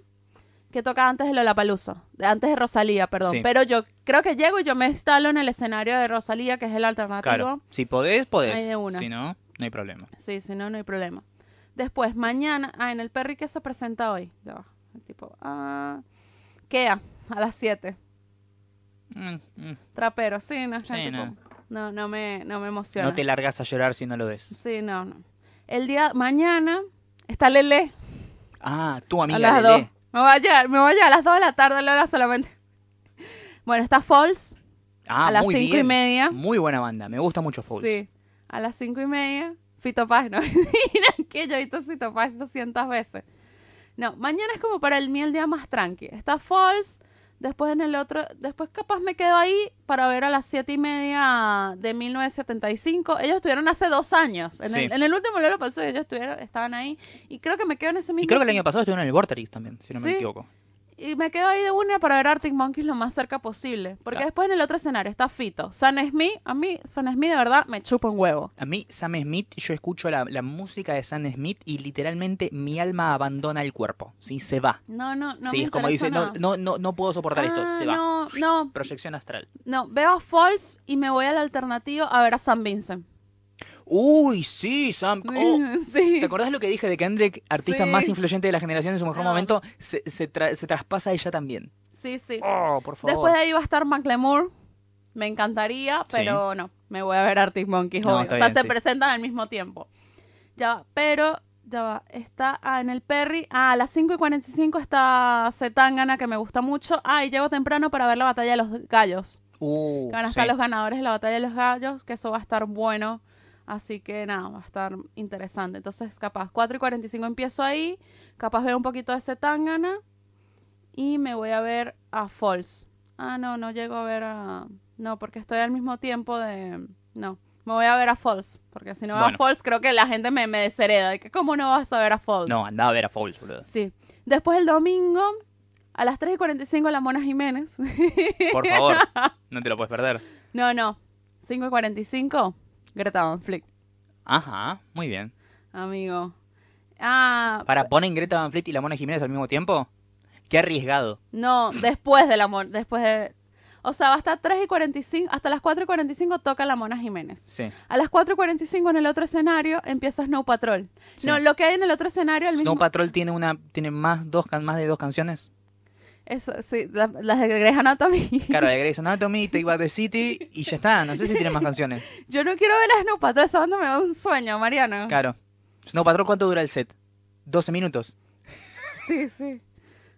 [SPEAKER 2] que toca antes de Lollapalooza, de- antes de Rosalía, perdón.
[SPEAKER 1] Sí.
[SPEAKER 2] Pero yo creo que llego y yo me instalo en el escenario de Rosalía, que es el alternativo.
[SPEAKER 1] Claro. Si podés, podés.
[SPEAKER 2] Ahí de una.
[SPEAKER 1] Si no, no hay problema.
[SPEAKER 2] Sí, si no, no hay problema. Después, mañana, ah, en el Perry que se presenta hoy. Ya va. El tipo, ah, Kea, a las 7.
[SPEAKER 1] Mm, mm.
[SPEAKER 2] Trapero, sí, no, es que
[SPEAKER 1] Sí,
[SPEAKER 2] el tipo,
[SPEAKER 1] no.
[SPEAKER 2] no, no me, no me emociona.
[SPEAKER 1] No te largas a llorar si no lo ves.
[SPEAKER 2] Sí, no, no. El día, mañana, está Lele.
[SPEAKER 1] Ah, tu
[SPEAKER 2] A
[SPEAKER 1] amiga
[SPEAKER 2] las
[SPEAKER 1] Lele.
[SPEAKER 2] dos. Me voy a llegar, me voy a llegar a las 2 de la tarde, Lola, solamente. Bueno, está Falls
[SPEAKER 1] Ah,
[SPEAKER 2] a las
[SPEAKER 1] muy
[SPEAKER 2] 5 y
[SPEAKER 1] bien.
[SPEAKER 2] media.
[SPEAKER 1] Muy buena banda, me gusta mucho Fouls.
[SPEAKER 2] Sí, a las 5 y media. Fito Paz, no Mira que yo he visto Fito Paz 200 veces. No, mañana es como para el miel día más tranqui. Está Falls, después en el otro, después capaz me quedo ahí para ver a las 7 y media de 1975. Ellos estuvieron hace dos años. En,
[SPEAKER 1] Sí.
[SPEAKER 2] el, en el último Lola pasó, ellos estuvieron, estaban ahí. Y creo que me quedo en ese mismo.
[SPEAKER 1] Y creo que el año pasado estuvieron en el Vorterix también, si no me
[SPEAKER 2] Sí.
[SPEAKER 1] equivoco.
[SPEAKER 2] Y me quedo ahí de una para ver Arctic Monkeys lo más cerca posible. Porque
[SPEAKER 1] Claro.
[SPEAKER 2] después en el otro escenario está Fito. San Smith, a mí San Smith de verdad me chupa un huevo.
[SPEAKER 1] A mí, Sam Smith, yo escucho la, la música de Sam Smith y literalmente mi alma abandona el cuerpo. Sí, se va.
[SPEAKER 2] No, no, no.
[SPEAKER 1] sí,
[SPEAKER 2] me
[SPEAKER 1] es como dice,
[SPEAKER 2] interesa
[SPEAKER 1] no,
[SPEAKER 2] nada.
[SPEAKER 1] no, no, no puedo soportar esto,
[SPEAKER 2] Ah,
[SPEAKER 1] se va.
[SPEAKER 2] No, no,
[SPEAKER 1] Proyección astral.
[SPEAKER 2] no. Veo a Falls y me voy al alternativo a ver a San Vincent.
[SPEAKER 1] Uy, sí, Sam. oh.
[SPEAKER 2] sí.
[SPEAKER 1] ¿Te acordás lo que dije de Kendrick, artista
[SPEAKER 2] Sí.
[SPEAKER 1] más influyente de la generación en su mejor
[SPEAKER 2] No.
[SPEAKER 1] momento? Se, se, tra- se traspasa ella también.
[SPEAKER 2] Sí, sí.
[SPEAKER 1] Oh, por favor.
[SPEAKER 2] Después de ahí va a estar McLemore. Me encantaría, pero no. Me voy a ver Arctic Monkeys.
[SPEAKER 1] No,
[SPEAKER 2] obvio.
[SPEAKER 1] está
[SPEAKER 2] o sea,
[SPEAKER 1] bien,
[SPEAKER 2] se
[SPEAKER 1] sí.
[SPEAKER 2] presentan al mismo tiempo. Ya va, pero ya va. Está ah, en el Perry. Ah, a las 5 y 45 está Zetangana, que me gusta mucho. Ah, y llego temprano para ver la batalla de los gallos.
[SPEAKER 1] Uh,
[SPEAKER 2] Que van a
[SPEAKER 1] sí.
[SPEAKER 2] estar los ganadores de la batalla de los gallos, que eso va a estar bueno. Así que nada, va a estar interesante. Entonces, capaz, 4 y 45 empiezo ahí. Capaz veo un poquito de Zetangana. Y me voy a ver a Falls. Ah, no, no llego a ver a... No, porque estoy al mismo tiempo de... No, me voy a ver a Falls. Porque si no veo
[SPEAKER 1] Bueno.
[SPEAKER 2] a Falls, creo que la gente me, me deshereda. De que, ¿Cómo no vas a ver a Falls?
[SPEAKER 1] No, andaba a ver a Fouls, boludo.
[SPEAKER 2] Sí. Después el domingo, a las 3 y 45, la Mona Jiménez.
[SPEAKER 1] Por favor, no te lo puedes perder.
[SPEAKER 2] no, no. 5 y 45, Greta Van Flick,
[SPEAKER 1] Ajá, muy bien.
[SPEAKER 2] amigo. Ah,
[SPEAKER 1] Para, ¿ponen Greta Van Fleet y la Mona Jiménez al mismo tiempo? Qué arriesgado.
[SPEAKER 2] no, después del amor, después de... O sea, va hasta 3 y 45, hasta las 4 y 45 toca la Mona Jiménez.
[SPEAKER 1] Sí.
[SPEAKER 2] A las 4 y 45 en el otro escenario empieza Snow Patrol.
[SPEAKER 1] Sí.
[SPEAKER 2] No, lo que hay en el otro escenario, el
[SPEAKER 1] Snow
[SPEAKER 2] mismo...
[SPEAKER 1] Patrol tiene una tiene más dos can- más de dos canciones.
[SPEAKER 2] Eso, sí, la- las de Grey's Anatomy.
[SPEAKER 1] Claro, de Grey's Anatomy, Take Back the City y ya está. No sé si tiene más canciones.
[SPEAKER 2] Yo no quiero ver a Snow Patrol, esa banda me da un sueño, Mariano.
[SPEAKER 1] Claro. Snow Patrol, ¿cuánto dura el set? 12 minutos.
[SPEAKER 2] Sí, sí.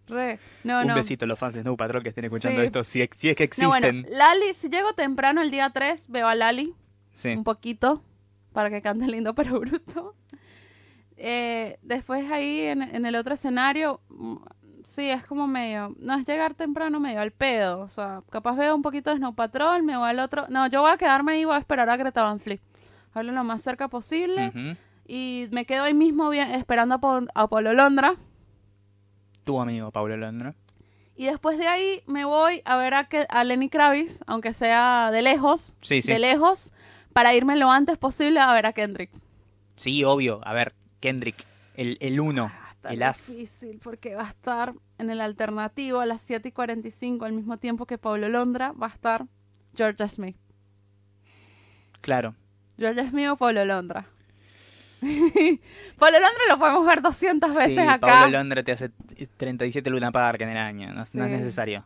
[SPEAKER 2] Re. No,
[SPEAKER 1] Un
[SPEAKER 2] no.
[SPEAKER 1] besito a los fans de Snow Patrol que estén escuchando
[SPEAKER 2] Sí.
[SPEAKER 1] esto, si, ex- si es que
[SPEAKER 2] No,
[SPEAKER 1] existen.
[SPEAKER 2] bueno, Lali, si llego temprano el día 3, veo a Lali
[SPEAKER 1] Sí.
[SPEAKER 2] un poquito para que cante lindo pero bruto. Eh, después ahí en, en el otro escenario, mm, sí, es como medio, no es llegar temprano medio al pedo, o sea, capaz veo un poquito de Snow Patrol, me voy al otro, no, yo voy a quedarme ahí y voy a esperar a Greta Van Fleet. Hablo lo más cerca posible
[SPEAKER 1] Ujú.
[SPEAKER 2] y me quedo ahí mismo bien, esperando a, Pol- a Polo Londra.
[SPEAKER 1] Tu amigo Paulo Londra.
[SPEAKER 2] Y después de ahí me voy a ver a, que- a Lenny Kravitz, aunque sea de lejos,
[SPEAKER 1] Sí, sí.
[SPEAKER 2] de lejos, para irme lo antes posible a ver a Kendrick.
[SPEAKER 1] Sí, obvio. A ver, Kendrick, el, el uno.
[SPEAKER 2] Va a estar
[SPEAKER 1] El as.
[SPEAKER 2] Ah, difícil porque va a estar en el alternativo a las 7 y 45 al mismo tiempo que Pablo Londra va a estar Georgia Smith.
[SPEAKER 1] Claro.
[SPEAKER 2] Georgia Smith o Pablo Londra. Pablo Londra lo podemos ver 200 veces
[SPEAKER 1] sí,
[SPEAKER 2] acá.
[SPEAKER 1] Paulo Londra te hace 37 Luna Park en el año. No, no
[SPEAKER 2] Sí.
[SPEAKER 1] es necesario.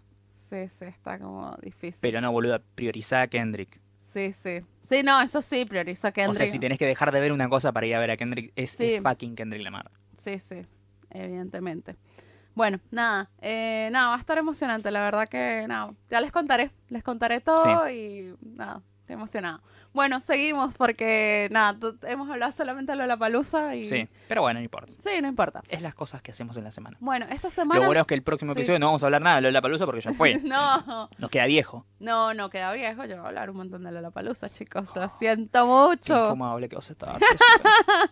[SPEAKER 2] Sí, sí, está como difícil.
[SPEAKER 1] Pero no, boluda, priorizá a Kendrick.
[SPEAKER 2] Sí, sí. Sí, no, eso sí, priorizo a Kendrick.
[SPEAKER 1] O sea, si tenés que dejar de ver una cosa para ir a ver a Kendrick, es
[SPEAKER 2] Sí.
[SPEAKER 1] es fucking Kendrick Lamar.
[SPEAKER 2] Sí, sí, evidentemente. Bueno, nada, eh, nada, va a estar emocionante, la verdad que nada, ya les contaré, les contaré todo y nada, estoy emocionada. Bueno, seguimos porque nada, tú- hemos hablado solamente de lo de la palusa y
[SPEAKER 1] Sí, pero bueno, no importa.
[SPEAKER 2] Sí, no importa.
[SPEAKER 1] Es las cosas que hacemos en la semana.
[SPEAKER 2] Bueno, esta semana
[SPEAKER 1] Lo bueno es que el próximo
[SPEAKER 2] sí.
[SPEAKER 1] episodio no vamos a hablar nada de la palusa porque ya fue.
[SPEAKER 2] No,
[SPEAKER 1] Nos queda viejo.
[SPEAKER 2] no, no queda viejo, yo voy a hablar un montón de la palusa, chicos, lo siento mucho.
[SPEAKER 1] Infumable que vos estabas, Jessica.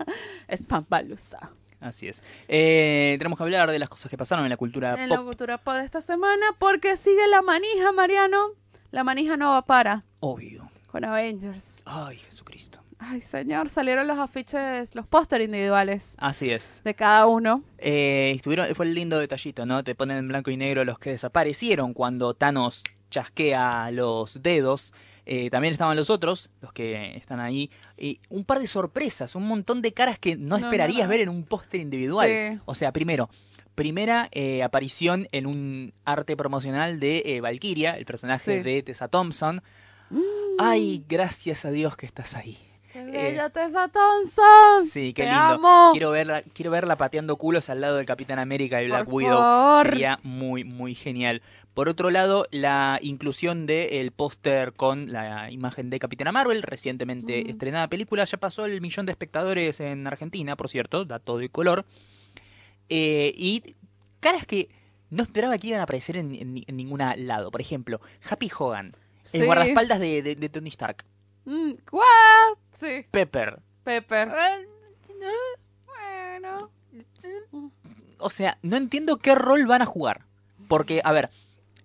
[SPEAKER 2] Es palusa.
[SPEAKER 1] Así es. Eh, tenemos que hablar de las cosas que pasaron en la cultura
[SPEAKER 2] En la
[SPEAKER 1] pop,
[SPEAKER 2] cultura pod de esta semana porque sigue la manija, Mariano. La manija no va para
[SPEAKER 1] obvio.
[SPEAKER 2] con Avengers.
[SPEAKER 1] Ay, Jesucristo.
[SPEAKER 2] Ay, señor, salieron los afiches, los póster individuales
[SPEAKER 1] Así es.
[SPEAKER 2] de cada uno.
[SPEAKER 1] Eh, estuvieron, fue el lindo detallito, ¿no? Te ponen en blanco y negro los que desaparecieron cuando Thanos chasquea los dedos. Eh, también estaban los otros, los que están ahí. Y un par de sorpresas, un montón de caras que no
[SPEAKER 2] No,
[SPEAKER 1] esperarías
[SPEAKER 2] no, no.
[SPEAKER 1] ver en un póster individual.
[SPEAKER 2] Sí.
[SPEAKER 1] O sea, primero, primera eh, aparición en un arte promocional de eh, Valkyria, el personaje
[SPEAKER 2] Sí.
[SPEAKER 1] de Tessa Thompson. Ay, gracias a Dios que estás ahí.
[SPEAKER 2] ¡Qué
[SPEAKER 1] eh,
[SPEAKER 2] bella Tessa Thompson!
[SPEAKER 1] Sí, qué
[SPEAKER 2] ¡Te
[SPEAKER 1] lindo.
[SPEAKER 2] amo!
[SPEAKER 1] Quiero verla, quiero verla pateando culos al lado del Capitán América y Black
[SPEAKER 2] Por
[SPEAKER 1] Widow.
[SPEAKER 2] favor.
[SPEAKER 1] Sería muy, muy genial. Por otro lado, la inclusión del póster con la imagen de Capitana Marvel, recientemente
[SPEAKER 2] Mm.
[SPEAKER 1] estrenada película, ya pasó el millón de espectadores en Argentina, por cierto, da todo el color. Eh, y caras que no esperaba que iban a aparecer en, en- en ningún lado. Por ejemplo, Happy Hogan, el
[SPEAKER 2] Sí.
[SPEAKER 1] guardaespaldas de, de- de Tony Stark.
[SPEAKER 2] Mm, ¿What? Sí,
[SPEAKER 1] Pepper.
[SPEAKER 2] Pepper. Bueno.
[SPEAKER 1] o sea, no entiendo qué rol van a jugar. Porque, a ver,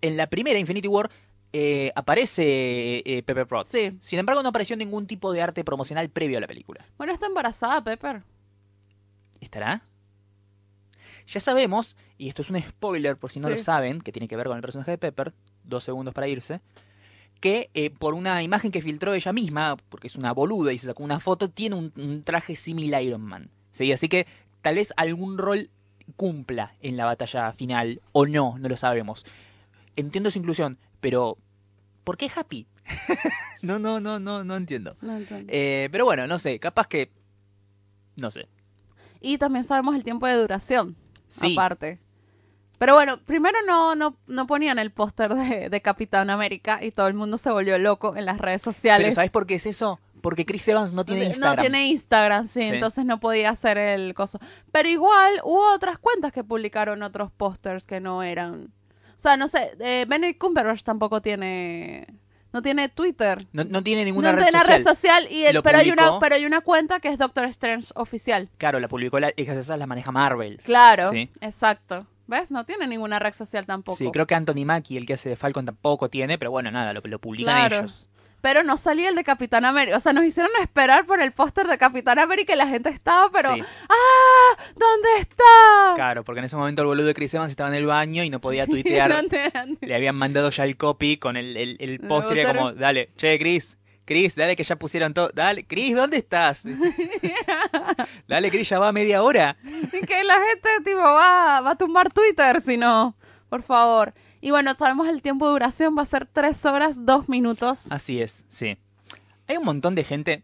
[SPEAKER 1] en la primera Infinity War eh, aparece eh, Pepper Potts.
[SPEAKER 2] Sí.
[SPEAKER 1] Sin embargo, no apareció ningún tipo de arte promocional previo a la película.
[SPEAKER 2] Bueno, está embarazada Pepper.
[SPEAKER 1] ¿Estará? Ya sabemos, y esto es un spoiler por si no
[SPEAKER 2] Sí.
[SPEAKER 1] lo saben, que tiene que ver con el personaje de Pepper, dos segundos para irse, que eh, por una imagen que filtró ella misma, porque es una boluda y se sacó una foto, tiene un, un traje similar a Iron Man. ¿sí? Así que tal vez algún rol cumpla en la batalla final, o no, no lo sabemos. Entiendo su inclusión, pero ¿por qué Happy? no, no, no, no, no entiendo.
[SPEAKER 2] No entiendo.
[SPEAKER 1] Eh, pero bueno, no sé, capaz que... No sé.
[SPEAKER 2] Y también sabemos el tiempo de duración,
[SPEAKER 1] Sí,
[SPEAKER 2] aparte. Pero bueno, primero no, no, no ponían el póster de, de Capitán América y todo el mundo se volvió loco en las redes sociales.
[SPEAKER 1] Pero ¿sabes por qué es eso? Porque Chris Evans no tiene Instagram.
[SPEAKER 2] No tiene Instagram, sí,
[SPEAKER 1] Sí.
[SPEAKER 2] entonces no podía hacer el coso. Pero igual hubo otras cuentas que publicaron otros pósters que no eran. O sea, no sé, eh, Benedict Cumberbatch tampoco tiene... No tiene Twitter.
[SPEAKER 1] No, no tiene ninguna
[SPEAKER 2] no
[SPEAKER 1] red
[SPEAKER 2] tiene
[SPEAKER 1] social.
[SPEAKER 2] red social, y el-
[SPEAKER 1] Lo
[SPEAKER 2] pero, hay una,
[SPEAKER 1] publicó.
[SPEAKER 2] pero hay una cuenta que es Doctor Strange oficial.
[SPEAKER 1] Claro, la publicó, la, esas esas las maneja Marvel.
[SPEAKER 2] Claro,
[SPEAKER 1] Sí.
[SPEAKER 2] exacto. ¿Ves? No tiene ninguna red social tampoco.
[SPEAKER 1] Sí, creo que Anthony Mackie, el que hace de Falcon, tampoco tiene, pero bueno, nada, lo, lo publican
[SPEAKER 2] Claro.
[SPEAKER 1] ellos.
[SPEAKER 2] Pero no salía el de Capitán América. O sea, nos hicieron esperar por el póster de Capitán América y la gente estaba, pero
[SPEAKER 1] Sí,
[SPEAKER 2] ¡Ah! ¿Dónde está?
[SPEAKER 1] claro, porque en ese momento el boludo de Chris Evans estaba en el baño y no podía tuitear.
[SPEAKER 2] ¿Dónde anda?
[SPEAKER 1] Le habían mandado ya el copy con el, el, el
[SPEAKER 2] Me
[SPEAKER 1] post y era como,
[SPEAKER 2] botaron.
[SPEAKER 1] dale, che, Chris, Chris, dale que ya pusieron todo. Dale, Chris, ¿dónde estás? dale, Chris, ya va media hora.
[SPEAKER 2] Y que la gente, tipo, va, va a tumbar Twitter, si no. Por favor. Y bueno, sabemos el tiempo de duración va a ser 3 horas, 2 minutos.
[SPEAKER 1] Así es, sí. Hay un montón de gente.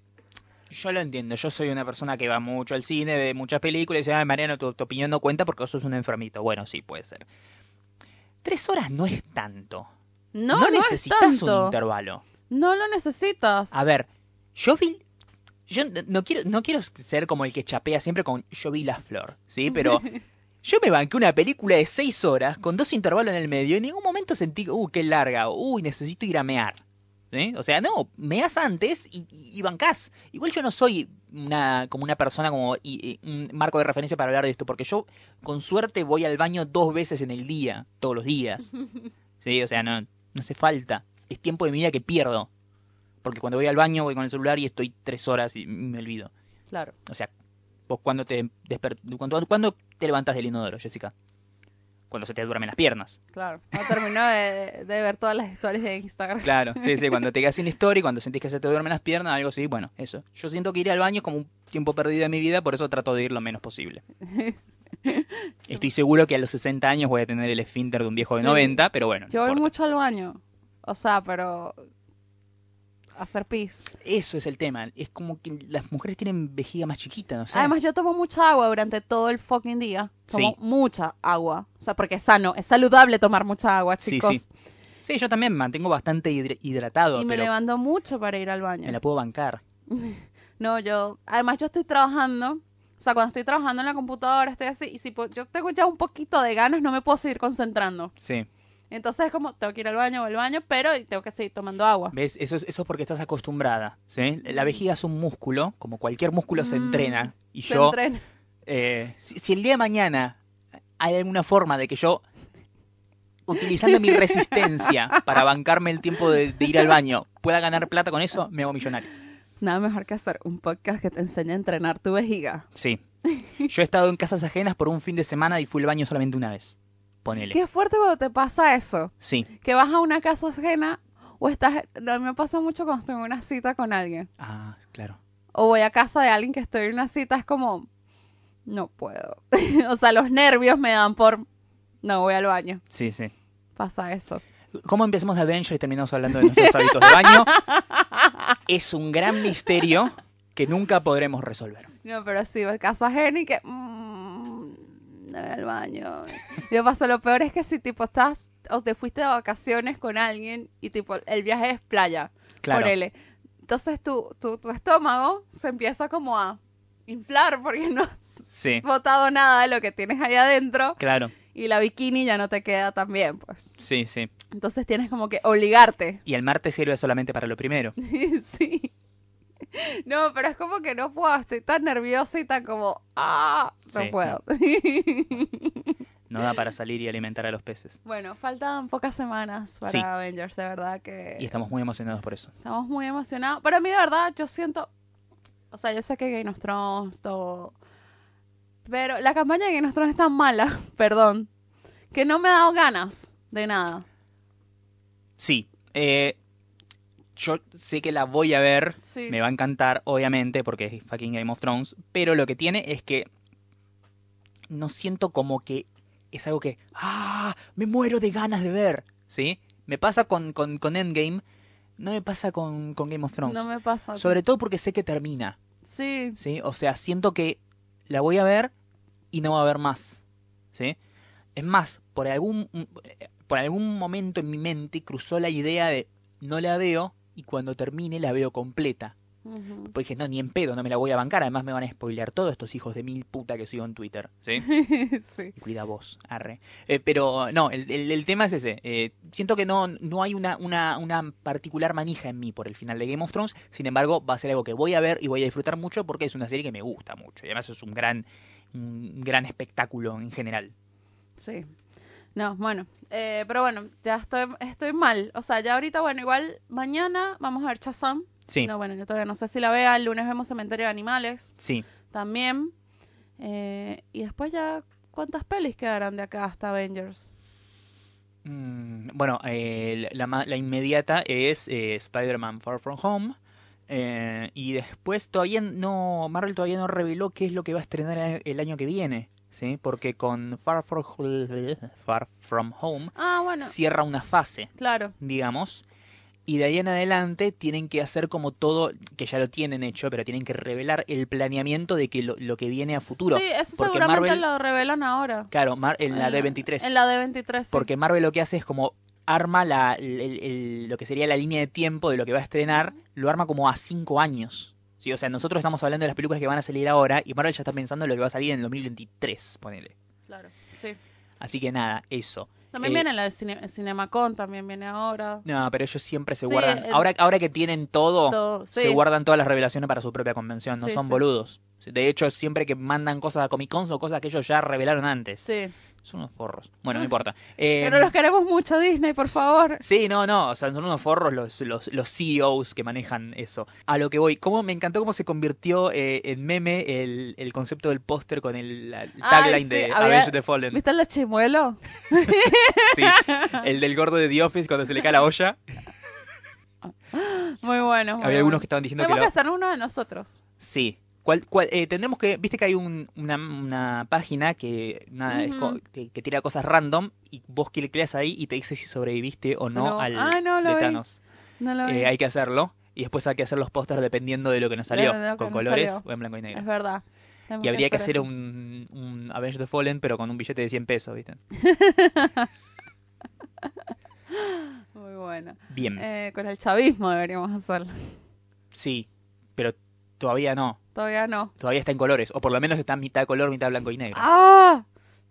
[SPEAKER 1] Yo lo entiendo, yo soy una persona que va mucho al cine, ve muchas películas y dice, ay Mariano, tu, tu opinión no cuenta porque sos un enfermito. Bueno, sí, puede ser. Tres horas no es tanto.
[SPEAKER 2] No, no,
[SPEAKER 1] necesitas
[SPEAKER 2] es tanto.
[SPEAKER 1] un Ah, intervalo.
[SPEAKER 2] No lo necesitas.
[SPEAKER 1] A ver, yo vi. Yo n- no quiero, no quiero ser como el que chapea siempre con yo vi la flor, ¿sí? Pero yo me banqué una película de seis horas con dos intervalos en el medio y en ningún momento sentí, uh, qué larga, o, uy, necesito ir a mear. ¿sí? O sea, no, meas antes y, y- y bancás. Igual yo no soy una, como una persona como y- y un marco de referencia para hablar de esto, porque yo con suerte voy al baño dos veces en el día, todos los días. Sí, o sea, no, no hace falta. Es tiempo de mi vida que pierdo. Porque cuando voy al baño voy con el celular y estoy tres horas y me olvido.
[SPEAKER 2] Claro.
[SPEAKER 1] O sea, vos cuando te desper... cuando, cuando te levantas del inodoro, Jessica. Cuando se te duermen las piernas.
[SPEAKER 2] Claro. No terminó de, de ver todas las historias de Instagram.
[SPEAKER 1] Claro, sí, sí, cuando te quedas sin story, cuando sentís que se te duermen las piernas, algo así, bueno, eso. Yo siento que ir al baño es como un tiempo perdido de mi vida, por eso trato de ir lo menos posible. Estoy seguro que a los 60 años voy a tener el esfínter de un viejo de
[SPEAKER 2] Sí.
[SPEAKER 1] 90, pero bueno. no
[SPEAKER 2] Yo voy
[SPEAKER 1] importa.
[SPEAKER 2] mucho al baño. O sea, pero. Hacer pis.
[SPEAKER 1] Eso es el tema. Es como que las mujeres tienen vejiga más chiquita, no sé.
[SPEAKER 2] Además, yo tomo mucha agua durante todo el fucking día. Tomo
[SPEAKER 1] Sí.
[SPEAKER 2] mucha agua. O sea, porque es sano, es saludable tomar mucha agua,
[SPEAKER 1] Sí,
[SPEAKER 2] chicos.
[SPEAKER 1] sí. Sí, yo también me mantengo bastante hidra- hidratado,
[SPEAKER 2] Y me
[SPEAKER 1] pero
[SPEAKER 2] levanto mucho para ir al baño.
[SPEAKER 1] me la puedo bancar.
[SPEAKER 2] No, yo. Además, yo estoy trabajando. O sea, cuando estoy trabajando en la computadora, estoy así. Y si po- yo tengo ya un poquito de ganas, no me puedo seguir concentrando.
[SPEAKER 1] Sí.
[SPEAKER 2] Entonces es como, tengo que ir al baño o al baño, pero tengo que seguir tomando agua.
[SPEAKER 1] ¿Ves? Eso es, eso es porque estás acostumbrada. ¿sí? La vejiga es un músculo, como cualquier músculo se
[SPEAKER 2] Mm,
[SPEAKER 1] entrena. Y
[SPEAKER 2] Se
[SPEAKER 1] yo,
[SPEAKER 2] entrena.
[SPEAKER 1] eh, si, si el día de mañana hay alguna forma de que yo, utilizando mi resistencia para bancarme el tiempo de, de ir al baño, pueda ganar plata con eso, me hago millonario.
[SPEAKER 2] Nada mejor que hacer un podcast que te enseñe a entrenar tu vejiga.
[SPEAKER 1] Sí. Yo he estado en casas ajenas por un fin de semana y fui al baño solamente una vez. Ponele.
[SPEAKER 2] Qué fuerte cuando te pasa eso.
[SPEAKER 1] Sí.
[SPEAKER 2] que vas a una casa ajena o estás... no, me pasa mucho cuando estoy en una cita con alguien.
[SPEAKER 1] Ah, claro.
[SPEAKER 2] O voy a casa de alguien que estoy en una cita, es como... No puedo. o sea, los nervios me dan por... No, voy al baño.
[SPEAKER 1] Sí, sí.
[SPEAKER 2] Pasa eso.
[SPEAKER 1] ¿Cómo empezamos de Avenger y terminamos hablando de nuestros hábitos de baño? Es un gran misterio que nunca podremos resolver.
[SPEAKER 2] No, pero sí, voy a casa ajena y que... mm, no voy al baño. Yo paso, lo peor es que si tipo estás... O te fuiste de vacaciones con alguien y tipo el viaje es playa.
[SPEAKER 1] Claro.
[SPEAKER 2] Ponele. Entonces tu, tu, tu estómago se empieza como a inflar porque no
[SPEAKER 1] Sí,
[SPEAKER 2] botado nada de lo que tienes ahí adentro
[SPEAKER 1] claro.
[SPEAKER 2] y la bikini ya no te queda tan bien, pues.
[SPEAKER 1] Sí, sí.
[SPEAKER 2] Entonces tienes como que obligarte.
[SPEAKER 1] Y el martes sirve solamente para lo primero.
[SPEAKER 2] sí. No, pero es como que no puedo, estoy tan nerviosa y tan como, ah, no
[SPEAKER 1] Sí.
[SPEAKER 2] puedo.
[SPEAKER 1] No da para salir y alimentar a los peces.
[SPEAKER 2] bueno, faltan pocas semanas para
[SPEAKER 1] Sí.
[SPEAKER 2] Avengers, de verdad que
[SPEAKER 1] Y estamos muy emocionados por eso.
[SPEAKER 2] estamos muy emocionados. Pero a mí, de verdad, yo siento, o sea, yo sé que Game of Thrones, todo, pero la campaña de Game of Thrones es tan mala, perdón, que no me ha dado ganas de nada.
[SPEAKER 1] Sí. eh, yo sé que la voy a ver.
[SPEAKER 2] Sí.
[SPEAKER 1] Me va a encantar, obviamente, porque es fucking Game of Thrones. Pero lo que tiene es que no siento como que es algo que. ¡Ah! Me muero de ganas de ver. ¿Sí? Me pasa con, con, con Endgame. No me pasa con, con Game of Thrones.
[SPEAKER 2] No me pasa.
[SPEAKER 1] Sobre todo porque sé que termina.
[SPEAKER 2] Sí,
[SPEAKER 1] ¿Sí? O sea, siento que la voy a ver y no va a haber más. ¿Sí? Es más, por algún, mm, por algún momento en mi mente cruzó la idea de no la veo y cuando termine la veo completa.
[SPEAKER 2] Ujú.
[SPEAKER 1] Después dije, no, ni en pedo, no me la voy a bancar. Además me van a spoilear todos estos hijos de mil puta que sigo en Twitter. ¿Sí?
[SPEAKER 2] sí.
[SPEAKER 1] Cuida vos, arre. Eh, pero no, el, el- el tema es ese. Eh, siento que no, no hay una, una, una particular manija en mí por el final de Game of Thrones. Sin embargo, va a ser algo que voy a ver y voy a disfrutar mucho porque es una serie que me gusta mucho. Y además es un gran, un gran espectáculo en general.
[SPEAKER 2] Sí. No, bueno. eh, pero bueno, ya estoy, estoy mal. O sea, ya ahorita, bueno, igual mañana vamos a ver Chazam.
[SPEAKER 1] Sí,
[SPEAKER 2] No, bueno, yo todavía no sé si la vea. El lunes vemos Cementerio de Animales
[SPEAKER 1] sí.
[SPEAKER 2] también. Eh, y después ya, ¿cuántas pelis quedarán de acá hasta Avengers?
[SPEAKER 1] Mm, bueno, eh, la, ma- la inmediata es eh, Spider-Man Far From Home. Eh, y después todavía no. Marvel todavía no reveló qué es lo que va a estrenar el- el año que viene. ¿Sí? Porque con Far From, Far From Home
[SPEAKER 2] Ah, bueno,
[SPEAKER 1] cierra una fase,
[SPEAKER 2] claro.
[SPEAKER 1] digamos. Y de ahí en adelante tienen que hacer como todo, que ya lo tienen hecho, pero tienen que revelar el planeamiento de que lo, lo que viene a futuro.
[SPEAKER 2] sí, eso
[SPEAKER 1] porque
[SPEAKER 2] seguramente
[SPEAKER 1] Marvel-
[SPEAKER 2] lo revelan ahora.
[SPEAKER 1] Claro, Mar- en la
[SPEAKER 2] Eh,
[SPEAKER 1] D23.
[SPEAKER 2] En la D23. sí.
[SPEAKER 1] Porque Marvel lo que hace es como arma la, el- el- el- lo que sería la línea de tiempo de lo que va a estrenar, lo arma como a cinco años. ¿sí? O sea, nosotros estamos hablando de las películas que van a salir ahora y Marvel ya está pensando en lo que va a salir en el 2023, ponele.
[SPEAKER 2] Claro, sí.
[SPEAKER 1] Así que nada, eso.
[SPEAKER 2] También
[SPEAKER 1] Eh,
[SPEAKER 2] viene la de Cine- Cinemacon, también viene ahora.
[SPEAKER 1] No, pero ellos siempre se
[SPEAKER 2] Sí,
[SPEAKER 1] guardan.
[SPEAKER 2] el-
[SPEAKER 1] Ahora, ahora que tienen todo,
[SPEAKER 2] Todo, sí.
[SPEAKER 1] se guardan todas las revelaciones para su propia convención. No
[SPEAKER 2] Sí,
[SPEAKER 1] son
[SPEAKER 2] sí.
[SPEAKER 1] boludos. De hecho, siempre que mandan cosas a Comic Con son cosas que ellos ya revelaron antes.
[SPEAKER 2] Sí.
[SPEAKER 1] Son unos forros. Bueno, no importa. Eh,
[SPEAKER 2] Pero los queremos mucho, Disney, por favor.
[SPEAKER 1] Sí, no, no, o sea, son unos forros los, los, los CEOs que manejan eso. A lo que voy, cómo, me encantó cómo se convirtió eh, en meme el, el concepto del póster con el, la- el
[SPEAKER 2] Ay,
[SPEAKER 1] tagline
[SPEAKER 2] sí,
[SPEAKER 1] de
[SPEAKER 2] había-
[SPEAKER 1] Avengers the Fallen.
[SPEAKER 2] ¿Viste el de chimuelo?
[SPEAKER 1] Sí, el del gordo de The Office cuando se le cae la olla.
[SPEAKER 2] Muy bueno. muy
[SPEAKER 1] Había algunos
[SPEAKER 2] bueno.
[SPEAKER 1] que estaban diciendo que
[SPEAKER 2] Tenemos que
[SPEAKER 1] lo...
[SPEAKER 2] hacer uno de nosotros.
[SPEAKER 1] Sí. ¿Cuál, cuál, eh, tendremos que... Viste que hay un- una, una página que, nada, es co-
[SPEAKER 2] Ujú.
[SPEAKER 1] que, que tira cosas random y vos cliqueas ahí y te dice si sobreviviste o no,
[SPEAKER 2] No.
[SPEAKER 1] al
[SPEAKER 2] Ah, no, lo
[SPEAKER 1] de
[SPEAKER 2] vi.
[SPEAKER 1] Thanos.
[SPEAKER 2] No lo vi.
[SPEAKER 1] Eh, hay que hacerlo. Y después hay que hacer los pósters dependiendo de lo que nos salió.
[SPEAKER 2] De lo que
[SPEAKER 1] con
[SPEAKER 2] nos
[SPEAKER 1] colores
[SPEAKER 2] salió.
[SPEAKER 1] o en blanco y negro.
[SPEAKER 2] Es verdad. Tenemos
[SPEAKER 1] Y habría que hacer
[SPEAKER 2] eso.
[SPEAKER 1] un, un Avengers the Fallen, pero con un billete de 100 pesos, ¿viste?
[SPEAKER 2] Muy bueno.
[SPEAKER 1] Bien.
[SPEAKER 2] Eh, con el chavismo deberíamos hacerlo.
[SPEAKER 1] Sí, pero todavía no.
[SPEAKER 2] Todavía no.
[SPEAKER 1] Todavía está en colores. O por lo menos está mitad color, mitad blanco y negro.
[SPEAKER 2] ¡Ah!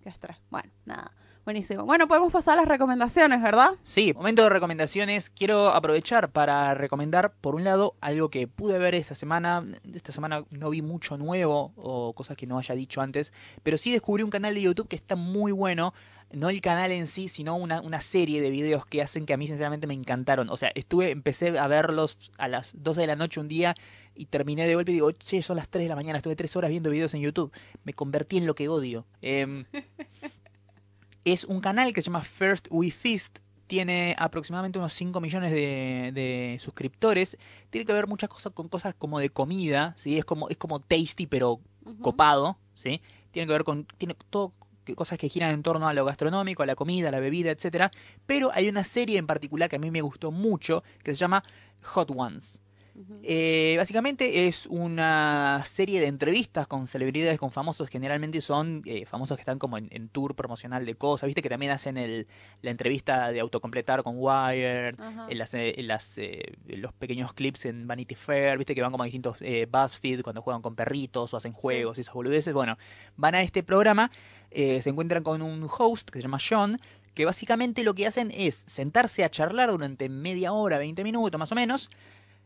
[SPEAKER 2] Qué estrés. Bueno, nada. Buenísimo. Bueno, podemos pasar a las recomendaciones, ¿verdad?
[SPEAKER 1] Sí, momento de recomendaciones. Quiero aprovechar para recomendar, por un lado, algo que pude ver esta semana. Esta semana no vi mucho nuevo o cosas que no haya dicho antes, pero sí descubrí un canal de YouTube que está muy bueno. No el canal en sí, sino una, una serie de videos que hacen que a mí sinceramente me encantaron. O sea, estuve, empecé a verlos a las 12 de la noche un día y terminé de golpe y digo, che, son las 3 de la mañana, estuve 3 horas viendo videos en YouTube. Me convertí en lo que odio. Em, es un canal que se llama First We Feast, tiene aproximadamente unos 5 millones de, de suscriptores. Tiene que ver muchas cosas con cosas como de comida, ¿sí? Es como, es como tasty, pero
[SPEAKER 2] Ujú.
[SPEAKER 1] copado, ¿sí? Tiene que ver con tiene todo que- cosas que giran en torno a lo gastronómico, a la comida, a la bebida, etcétera, pero hay una serie en particular que a mí me gustó mucho que se llama Hot Ones.
[SPEAKER 2] Ujú.
[SPEAKER 1] Eh, básicamente es una serie de entrevistas con celebridades, con famosos. Generalmente son eh, famosos que están como en, en tour promocional de cosas. Viste que también hacen el, la entrevista de autocompletar con Wired,
[SPEAKER 2] Ajá.
[SPEAKER 1] en las, eh, en las, eh, los pequeños clips en Vanity Fair, viste que van como a distintos eh, BuzzFeed cuando juegan con perritos o hacen juegos y esas boludeces. Bueno, van a este programa, eh, se encuentran con un host que se llama John, que básicamente lo que hacen es sentarse a charlar durante media hora, 20 minutos más o menos,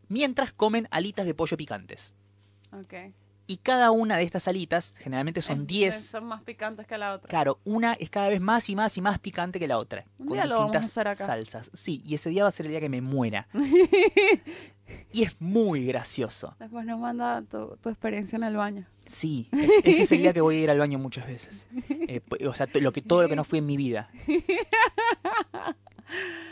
[SPEAKER 1] mientras comen alitas de pollo picantes.
[SPEAKER 2] Ok.
[SPEAKER 1] Y cada una de estas alitas, generalmente son
[SPEAKER 2] Es-
[SPEAKER 1] 10,
[SPEAKER 2] Son más picantes que la otra.
[SPEAKER 1] Claro, una es cada vez más y más y más picante que la otra.
[SPEAKER 2] Un
[SPEAKER 1] con
[SPEAKER 2] día lo
[SPEAKER 1] distintas
[SPEAKER 2] vamos a hacer acá.
[SPEAKER 1] salsas. Sí, y ese día va a ser el día que me muera. y es muy gracioso.
[SPEAKER 2] Después nos manda tu, tu experiencia en el baño.
[SPEAKER 1] Sí, es- ese es el día que voy a ir al baño muchas veces. Eh, p- o sea, t- lo que, todo lo que no fui en mi vida.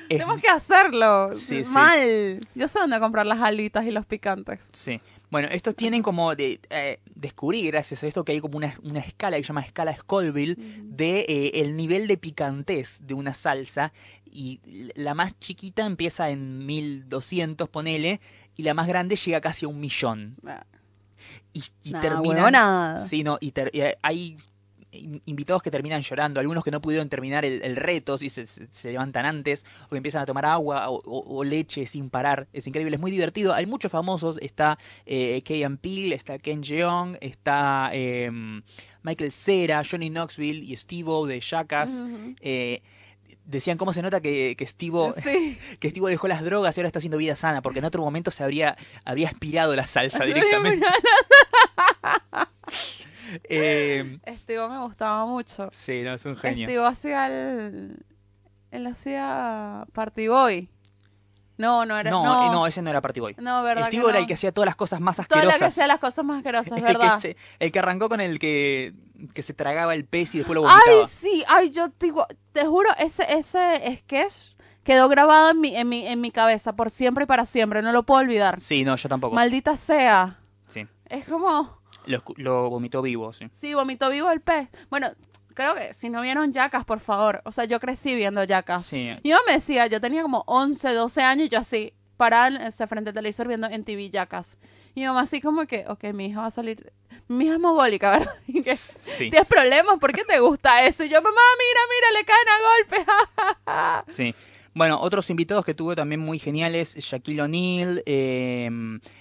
[SPEAKER 1] Es-
[SPEAKER 2] Tenemos que hacerlo.
[SPEAKER 1] Sí, sí.
[SPEAKER 2] Mal. Yo sé dónde comprar las alitas y los picantes.
[SPEAKER 1] Sí. Bueno, estos tienen como de, eh, descubrí gracias a esto que hay como una, una escala que se llama escala Scoville de eh, el nivel de picantez de una salsa y l- la más chiquita empieza en 1200 ponele y la más grande llega casi a un millón
[SPEAKER 2] Nah,
[SPEAKER 1] y, y
[SPEAKER 2] nah,
[SPEAKER 1] terminan-
[SPEAKER 2] huevonada.
[SPEAKER 1] Sí, no, y ter- y eh, hay in- invitados que terminan llorando, algunos que no pudieron terminar el, el reto si se, se- se levantan antes, o que empiezan a tomar agua o, o- o leche sin parar. Es increíble, es muy divertido. Hay muchos famosos, está eh, Key Peele, está Ken Jeong, está eh, Michael Cera, Johnny Knoxville y Steve-O de Jackass.
[SPEAKER 2] Ujú.
[SPEAKER 1] Eh, decían cómo se nota que, que Steve-O
[SPEAKER 2] Sí.
[SPEAKER 1] que Steve dejó las drogas y ahora está haciendo vida sana, porque en otro momento se habría, habría aspirado la salsa directamente. Eh,
[SPEAKER 2] Estivo me gustaba mucho.
[SPEAKER 1] sí, no, es un genio.
[SPEAKER 2] Estivo hacía el. Él hacía Party Boy. No, no era.
[SPEAKER 1] no, eh,
[SPEAKER 2] No,
[SPEAKER 1] no, ese no era Party Boy.
[SPEAKER 2] No, verdad.
[SPEAKER 1] Steve
[SPEAKER 2] que
[SPEAKER 1] era
[SPEAKER 2] no.
[SPEAKER 1] el que hacía todas las cosas más
[SPEAKER 2] Todo lo que
[SPEAKER 1] asquerosas.
[SPEAKER 2] hacía las cosas más asquerosas,
[SPEAKER 1] el, que
[SPEAKER 2] ¿verdad?
[SPEAKER 1] se- el que arrancó con el que, que se tragaba el pez y después lo vomitaba.
[SPEAKER 2] Ay, sí, ay, yo te, digo- te juro, ese, ese sketch quedó grabado en mi, en, mi, en mi cabeza por siempre y para siempre, no lo puedo olvidar.
[SPEAKER 1] Sí, no, yo tampoco.
[SPEAKER 2] Maldita sea.
[SPEAKER 1] Sí.
[SPEAKER 2] Es como,
[SPEAKER 1] Lo, escu- lo vomitó vivo, sí.
[SPEAKER 2] sí, vomitó vivo el pez. Bueno, creo que si no vieron Yacas, por favor. O sea, yo crecí viendo Yacas.
[SPEAKER 1] Sí.
[SPEAKER 2] Yo me decía, yo tenía como 11, 12 años y yo así, parada en- frente al televisor viendo en TV Yacas. Y mi mamá así como que, ok, mi hija va a salir, mi hija es mogólica, ¿verdad? Y que-
[SPEAKER 1] Sí,
[SPEAKER 2] Tienes problemas, ¿por qué te gusta eso? Y yo, mamá, mira, mira, le caen a golpes. ja, ja, ja".
[SPEAKER 1] sí. Bueno, otros invitados que tuve también muy geniales, Shaquille O'Neal, eh,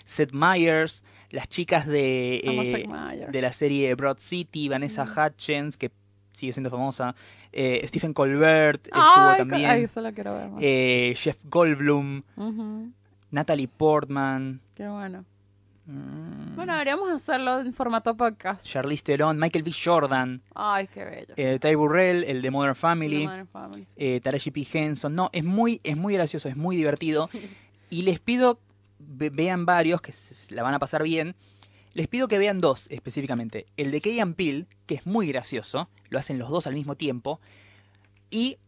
[SPEAKER 1] Seth Meyers, las chicas de...
[SPEAKER 2] Amo a
[SPEAKER 1] eh,
[SPEAKER 2] Zack Myers.
[SPEAKER 1] de la serie Broad City, Vanessa
[SPEAKER 2] Mm.
[SPEAKER 1] Hutchins, que sigue siendo famosa, eh, Stephen Colbert estuvo
[SPEAKER 2] Ay, co-
[SPEAKER 1] también,
[SPEAKER 2] Ay, eso lo quiero ver. más.
[SPEAKER 1] eh, Jeff Goldblum,
[SPEAKER 2] Ujú,
[SPEAKER 1] Natalie Portman,
[SPEAKER 2] Qué bueno.
[SPEAKER 1] mm,
[SPEAKER 2] Bueno, deberíamos hacerlo en formato podcast.
[SPEAKER 1] Charlize Theron, Michael B. Jordan,
[SPEAKER 2] Ay, qué bello.
[SPEAKER 1] eh, Ty Burrell, el de Modern Family,
[SPEAKER 2] The Modern Family.
[SPEAKER 1] eh, Taraji P. Henson. No, es muy, es muy gracioso, es muy divertido. Y les pido, ve- vean varios, que se- se la van a pasar bien. Les pido que vean dos específicamente. El de Key Peel, que es muy gracioso, lo hacen los dos al mismo tiempo. Y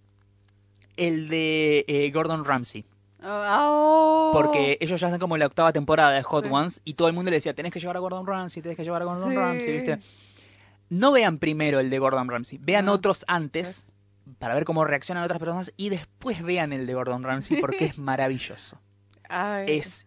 [SPEAKER 1] el de eh, Gordon Ramsay.
[SPEAKER 2] Oh,
[SPEAKER 1] Porque ellos ya están como en la octava temporada de Hot
[SPEAKER 2] Sí.
[SPEAKER 1] Ones y todo el mundo le decía, tenés que llevar a Gordon Ramsay, tenés que llevar a Gordon
[SPEAKER 2] Sí.
[SPEAKER 1] Ramsay, ¿viste? No vean primero el de Gordon Ramsay, vean
[SPEAKER 2] No.
[SPEAKER 1] otros antes para ver cómo reaccionan otras personas y después vean el de Gordon Ramsay porque es maravilloso.
[SPEAKER 2] Ay.
[SPEAKER 1] Es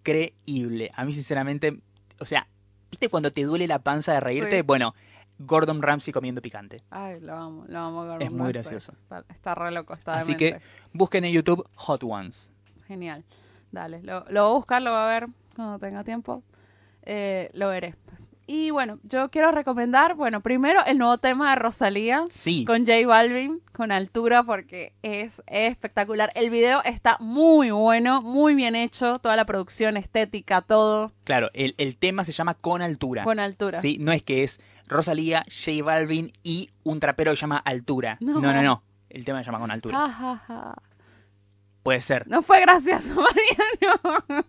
[SPEAKER 1] increíble. A mí, sinceramente, o sea, ¿viste cuando te duele la panza de reírte?
[SPEAKER 2] Sí.
[SPEAKER 1] Bueno, Gordon Ramsay comiendo picante.
[SPEAKER 2] Ay, lo amo, lo amo. Gordon
[SPEAKER 1] Es muy
[SPEAKER 2] Ramsay.
[SPEAKER 1] gracioso.
[SPEAKER 2] Está, está re loco, está
[SPEAKER 1] Así
[SPEAKER 2] demente.
[SPEAKER 1] Busquen en YouTube Hot Ones.
[SPEAKER 2] Genial. Dale, lo, lo voy a buscar, lo voy a ver cuando tenga tiempo. Eh, lo veré. pues. Y bueno, yo quiero recomendar, bueno, primero el nuevo tema de Rosalía
[SPEAKER 1] Sí,
[SPEAKER 2] con J Balvin, con altura, porque es espectacular. El video está muy bueno, muy bien hecho, toda la producción, estética, todo,
[SPEAKER 1] claro, el, el tema se llama Con Altura.
[SPEAKER 2] con altura.
[SPEAKER 1] ¿sí? No es que es Rosalía, J Balvin y un trapero que se llama Altura.
[SPEAKER 2] No. Ah.
[SPEAKER 1] no, no. no. El tema se llama Con Altura.
[SPEAKER 2] Ja, ja, ja.
[SPEAKER 1] Puede ser.
[SPEAKER 2] No fue gracioso, Mariano.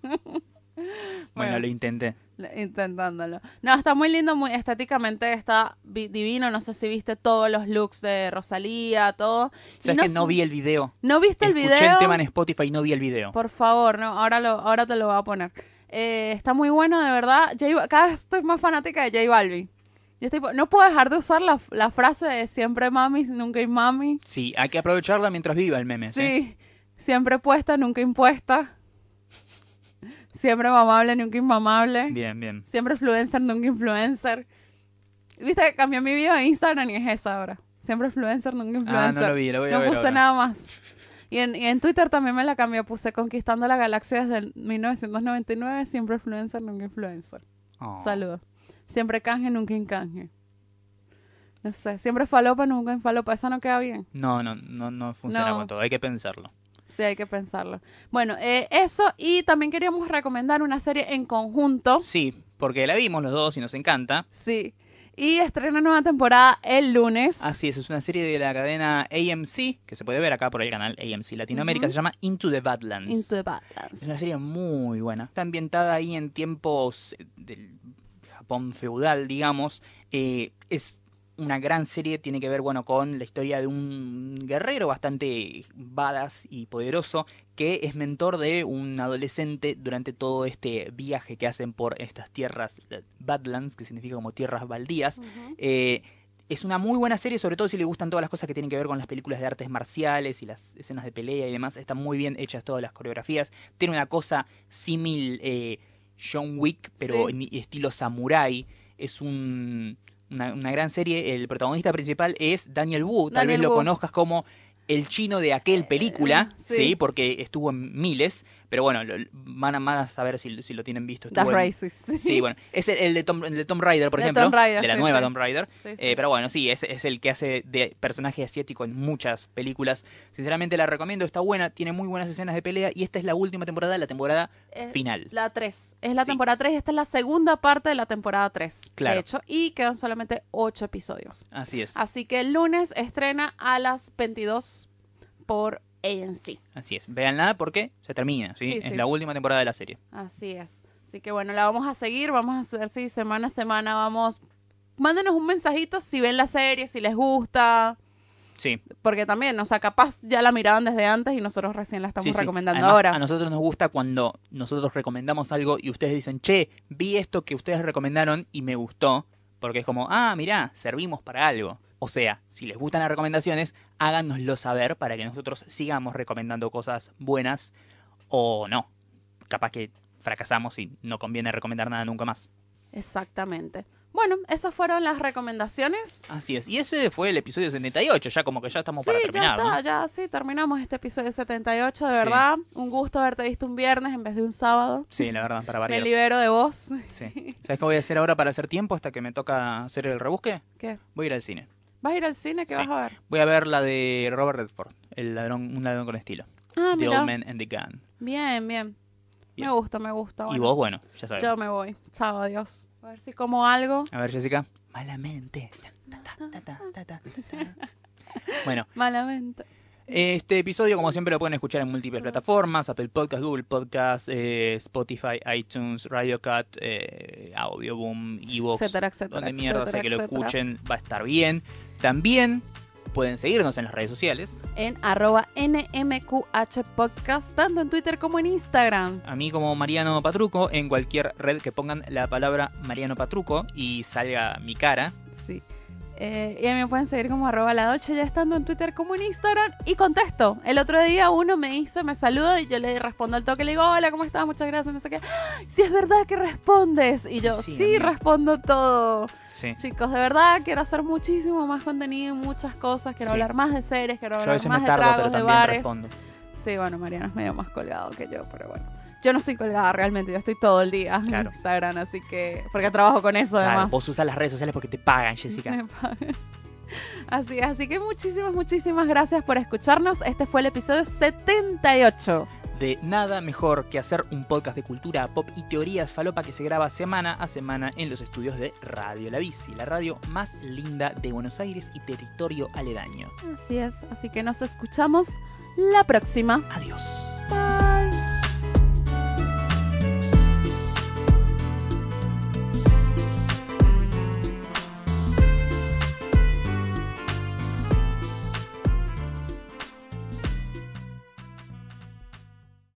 [SPEAKER 1] Bueno, lo intenté.
[SPEAKER 2] Le- Intentándolo. No, está muy lindo, muy estéticamente está vi- divino. No sé si viste todos los looks de Rosalía, todo. Y
[SPEAKER 1] ¿Sabes
[SPEAKER 2] no
[SPEAKER 1] que no
[SPEAKER 2] sé-
[SPEAKER 1] vi el video?
[SPEAKER 2] ¿No viste el
[SPEAKER 1] Escuché
[SPEAKER 2] video?
[SPEAKER 1] el tema en Spotify y no vi el video.
[SPEAKER 2] Por favor, no, ahora, lo, ahora te lo voy a poner. Eh, está muy bueno, de verdad. J Ba- cada vez estoy más fanática de J Balvin. Yo estoy po- no puedo dejar de usar la, la frase de siempre mami, nunca hay mami.
[SPEAKER 1] Sí, hay que aprovecharla mientras viva el meme. ¿sí?
[SPEAKER 2] Sí, siempre puesta, nunca impuesta. Siempre mamable, nunca inmamable.
[SPEAKER 1] Bien, bien.
[SPEAKER 2] Siempre influencer, nunca influencer. Viste que cambié mi video de Instagram y es esa ahora. Siempre influencer, nunca
[SPEAKER 1] Ah,
[SPEAKER 2] influencer.
[SPEAKER 1] no lo vi, lo voy a
[SPEAKER 2] No
[SPEAKER 1] ver.
[SPEAKER 2] puse
[SPEAKER 1] ahora.
[SPEAKER 2] nada más. Y en, y en Twitter también me la cambié. Puse Conquistando la Galaxia desde el 1999. Siempre influencer, nunca influencer.
[SPEAKER 1] Oh.
[SPEAKER 2] Saludos. Siempre canje, nunca incanje. No sé. Siempre falopa, nunca en falopa. Eso no queda bien.
[SPEAKER 1] No, no, no, no funciona
[SPEAKER 2] No.
[SPEAKER 1] con todo, hay que pensarlo.
[SPEAKER 2] Sí, hay que pensarlo. Bueno, eh, eso. Y también queríamos recomendar una serie en conjunto.
[SPEAKER 1] Sí, porque la vimos los dos y nos encanta.
[SPEAKER 2] Sí. Y estrena nueva temporada el lunes.
[SPEAKER 1] Así es, es una serie de la cadena AMC, que se puede ver acá por el canal AMC Latinoamérica,
[SPEAKER 2] Ujú.
[SPEAKER 1] se llama Into the Badlands.
[SPEAKER 2] Into the
[SPEAKER 1] Es una
[SPEAKER 2] Badlands.
[SPEAKER 1] serie muy buena. Está ambientada ahí en tiempos eh, del Japón feudal, digamos. Eh, es una gran serie, tiene que ver bueno, con la historia de un guerrero bastante badass y poderoso que es mentor de un adolescente durante todo este viaje que hacen por estas tierras, eh, Badlands, que significa como tierras baldías. Eh, es una muy buena serie, sobre todo si le gustan todas las cosas que tienen que ver con las películas de artes marciales y las escenas de pelea y demás. Están muy bien hechas todas las coreografías. Tiene una cosa símil eh, John Wick, pero
[SPEAKER 2] Sí.
[SPEAKER 1] en estilo samurái. Es un, una, una gran serie. El protagonista principal es Daniel Wu. Tal
[SPEAKER 2] Daniel
[SPEAKER 1] vez lo
[SPEAKER 2] Wu. Eh,
[SPEAKER 1] conozcas como el chino de aquel película,
[SPEAKER 2] sí.
[SPEAKER 1] sí. porque estuvo en miles. Pero bueno, lo- van, a, van a saber si, si lo tienen visto. este
[SPEAKER 2] That's
[SPEAKER 1] estuvo en-
[SPEAKER 2] racist.
[SPEAKER 1] Sí, bueno. Es el, el de Tom, el de Tom Rider, por
[SPEAKER 2] De
[SPEAKER 1] ejemplo.
[SPEAKER 2] Tomb Raider,
[SPEAKER 1] de la
[SPEAKER 2] sí,
[SPEAKER 1] nueva
[SPEAKER 2] sí.
[SPEAKER 1] Tom Rider.
[SPEAKER 2] Sí, sí.
[SPEAKER 1] Eh, pero bueno, sí, es, es el que hace de personaje asiático en muchas películas. Sinceramente la recomiendo, está buena, tiene muy buenas escenas de pelea y esta es la última temporada, la temporada
[SPEAKER 2] Es
[SPEAKER 1] final.
[SPEAKER 2] Eh, La 3. Es la
[SPEAKER 1] Sí.
[SPEAKER 2] temporada 3. Esta es la segunda parte de la temporada 3.
[SPEAKER 1] Claro.
[SPEAKER 2] De hecho, y quedan solamente 8 episodios.
[SPEAKER 1] Así es,
[SPEAKER 2] Así que el lunes estrena a las 22 por ANC.
[SPEAKER 1] así es. Véanla porque se termina, ¿sí?
[SPEAKER 2] Sí,
[SPEAKER 1] es
[SPEAKER 2] sí.
[SPEAKER 1] la última temporada de la serie.
[SPEAKER 2] Así es. Así que bueno, la vamos a seguir. Vamos a ver si semana a semana vamos. Mándenos un mensajito si ven la serie, si les gusta.
[SPEAKER 1] Sí,
[SPEAKER 2] Porque también, o sea, capaz ya la miraban desde antes y nosotros recién la estamos
[SPEAKER 1] sí, sí.
[SPEAKER 2] recomendando
[SPEAKER 1] Además,
[SPEAKER 2] ahora.
[SPEAKER 1] A nosotros nos gusta cuando nosotros recomendamos algo y ustedes dicen, che, vi esto que ustedes recomendaron y me gustó, porque es como, ah, mirá, servimos para algo. O sea, si les gustan las recomendaciones, háganoslo saber para que nosotros sigamos recomendando cosas buenas o no. Capaz que fracasamos y no conviene recomendar nada nunca más.
[SPEAKER 2] Exactamente. Bueno, esas fueron las recomendaciones.
[SPEAKER 1] Así es. Y ese fue el episodio 78, ya como que ya estamos para
[SPEAKER 2] sí,
[SPEAKER 1] terminar,
[SPEAKER 2] ya
[SPEAKER 1] ¿no?
[SPEAKER 2] está, ya sí, terminamos este episodio 78, de
[SPEAKER 1] Sí.
[SPEAKER 2] verdad. Un gusto haberte visto un viernes en vez de un sábado.
[SPEAKER 1] Sí, la verdad, para
[SPEAKER 2] Me
[SPEAKER 1] variar.
[SPEAKER 2] libero de vos.
[SPEAKER 1] Sí. ¿Sabes qué voy a hacer ahora para hacer tiempo hasta que me toca hacer el rebusque?
[SPEAKER 2] ¿Qué?
[SPEAKER 1] Voy a ir al cine.
[SPEAKER 2] ¿Vas a ir al cine? ¿Qué
[SPEAKER 1] Sí.
[SPEAKER 2] vas a ver?
[SPEAKER 1] Voy a ver la de Robert Redford, el ladrón, un ladrón con estilo.
[SPEAKER 2] Ah,
[SPEAKER 1] the
[SPEAKER 2] mira.
[SPEAKER 1] Old Man and the Gun.
[SPEAKER 2] Bien, bien.
[SPEAKER 1] Bien.
[SPEAKER 2] Me gusta, me gusta.
[SPEAKER 1] Y
[SPEAKER 2] bueno.
[SPEAKER 1] vos, bueno, ya sabes.
[SPEAKER 2] Yo me voy. Chao, adiós. A ver si como algo.
[SPEAKER 1] A ver, Jessica. Malamente. Ta, ta, ta, ta, ta, ta, ta. Bueno,
[SPEAKER 2] Malamente.
[SPEAKER 1] este episodio, como siempre, lo pueden escuchar en múltiples plataformas: Apple Podcast, Google Podcast, eh, Spotify, iTunes, RadioCat, eh, Audioboom, Evox.
[SPEAKER 2] Etcétera, etcétera.
[SPEAKER 1] Donde mierda sea
[SPEAKER 2] etcétera,
[SPEAKER 1] que lo
[SPEAKER 2] etcétera.
[SPEAKER 1] escuchen, va a estar bien. También pueden seguirnos en las redes sociales.
[SPEAKER 2] En arroba NMQH Podcast, tanto en Twitter como en Instagram.
[SPEAKER 1] a mí como Mariano Patruco en cualquier red que pongan la palabra Mariano Patruco y salga mi cara.
[SPEAKER 2] Sí. Eh, y a mí me pueden seguir como arroba la Dolce, ya estando en Twitter como en Instagram. Y contesto. El otro día uno me hizo, me saluda y yo le respondo al toque. Le digo, hola, ¿cómo estás? Muchas gracias, no sé qué. Si es verdad que respondes. Y yo,
[SPEAKER 1] Sí,
[SPEAKER 2] sí
[SPEAKER 1] amiga.
[SPEAKER 2] respondo todo.
[SPEAKER 1] Sí.
[SPEAKER 2] Chicos, de verdad quiero hacer muchísimo más contenido, muchas cosas. Quiero
[SPEAKER 1] Sí.
[SPEAKER 2] hablar más de series, quiero
[SPEAKER 1] Yo a
[SPEAKER 2] hablar
[SPEAKER 1] veces
[SPEAKER 2] más
[SPEAKER 1] me
[SPEAKER 2] de
[SPEAKER 1] tardo, pero
[SPEAKER 2] tragos, de
[SPEAKER 1] también
[SPEAKER 2] bares.
[SPEAKER 1] respondo.
[SPEAKER 2] Sí, bueno, Mariana es medio más colgado que yo, pero bueno. Yo no soy colgada realmente, yo estoy todo el día
[SPEAKER 1] Claro.
[SPEAKER 2] en Instagram, así que. Porque trabajo con eso
[SPEAKER 1] Claro,
[SPEAKER 2] además.
[SPEAKER 1] vos usas las redes sociales porque te pagan, Jessica.
[SPEAKER 2] Así, es, así que muchísimas, muchísimas gracias por escucharnos. Este fue el episodio 78.
[SPEAKER 1] De nada mejor que hacer un podcast de cultura pop y teorías falopa que se graba semana a semana en los estudios de Radio La Bici, la radio más linda de Buenos Aires y territorio aledaño.
[SPEAKER 2] Así es, así que nos escuchamos la próxima.
[SPEAKER 1] Adiós.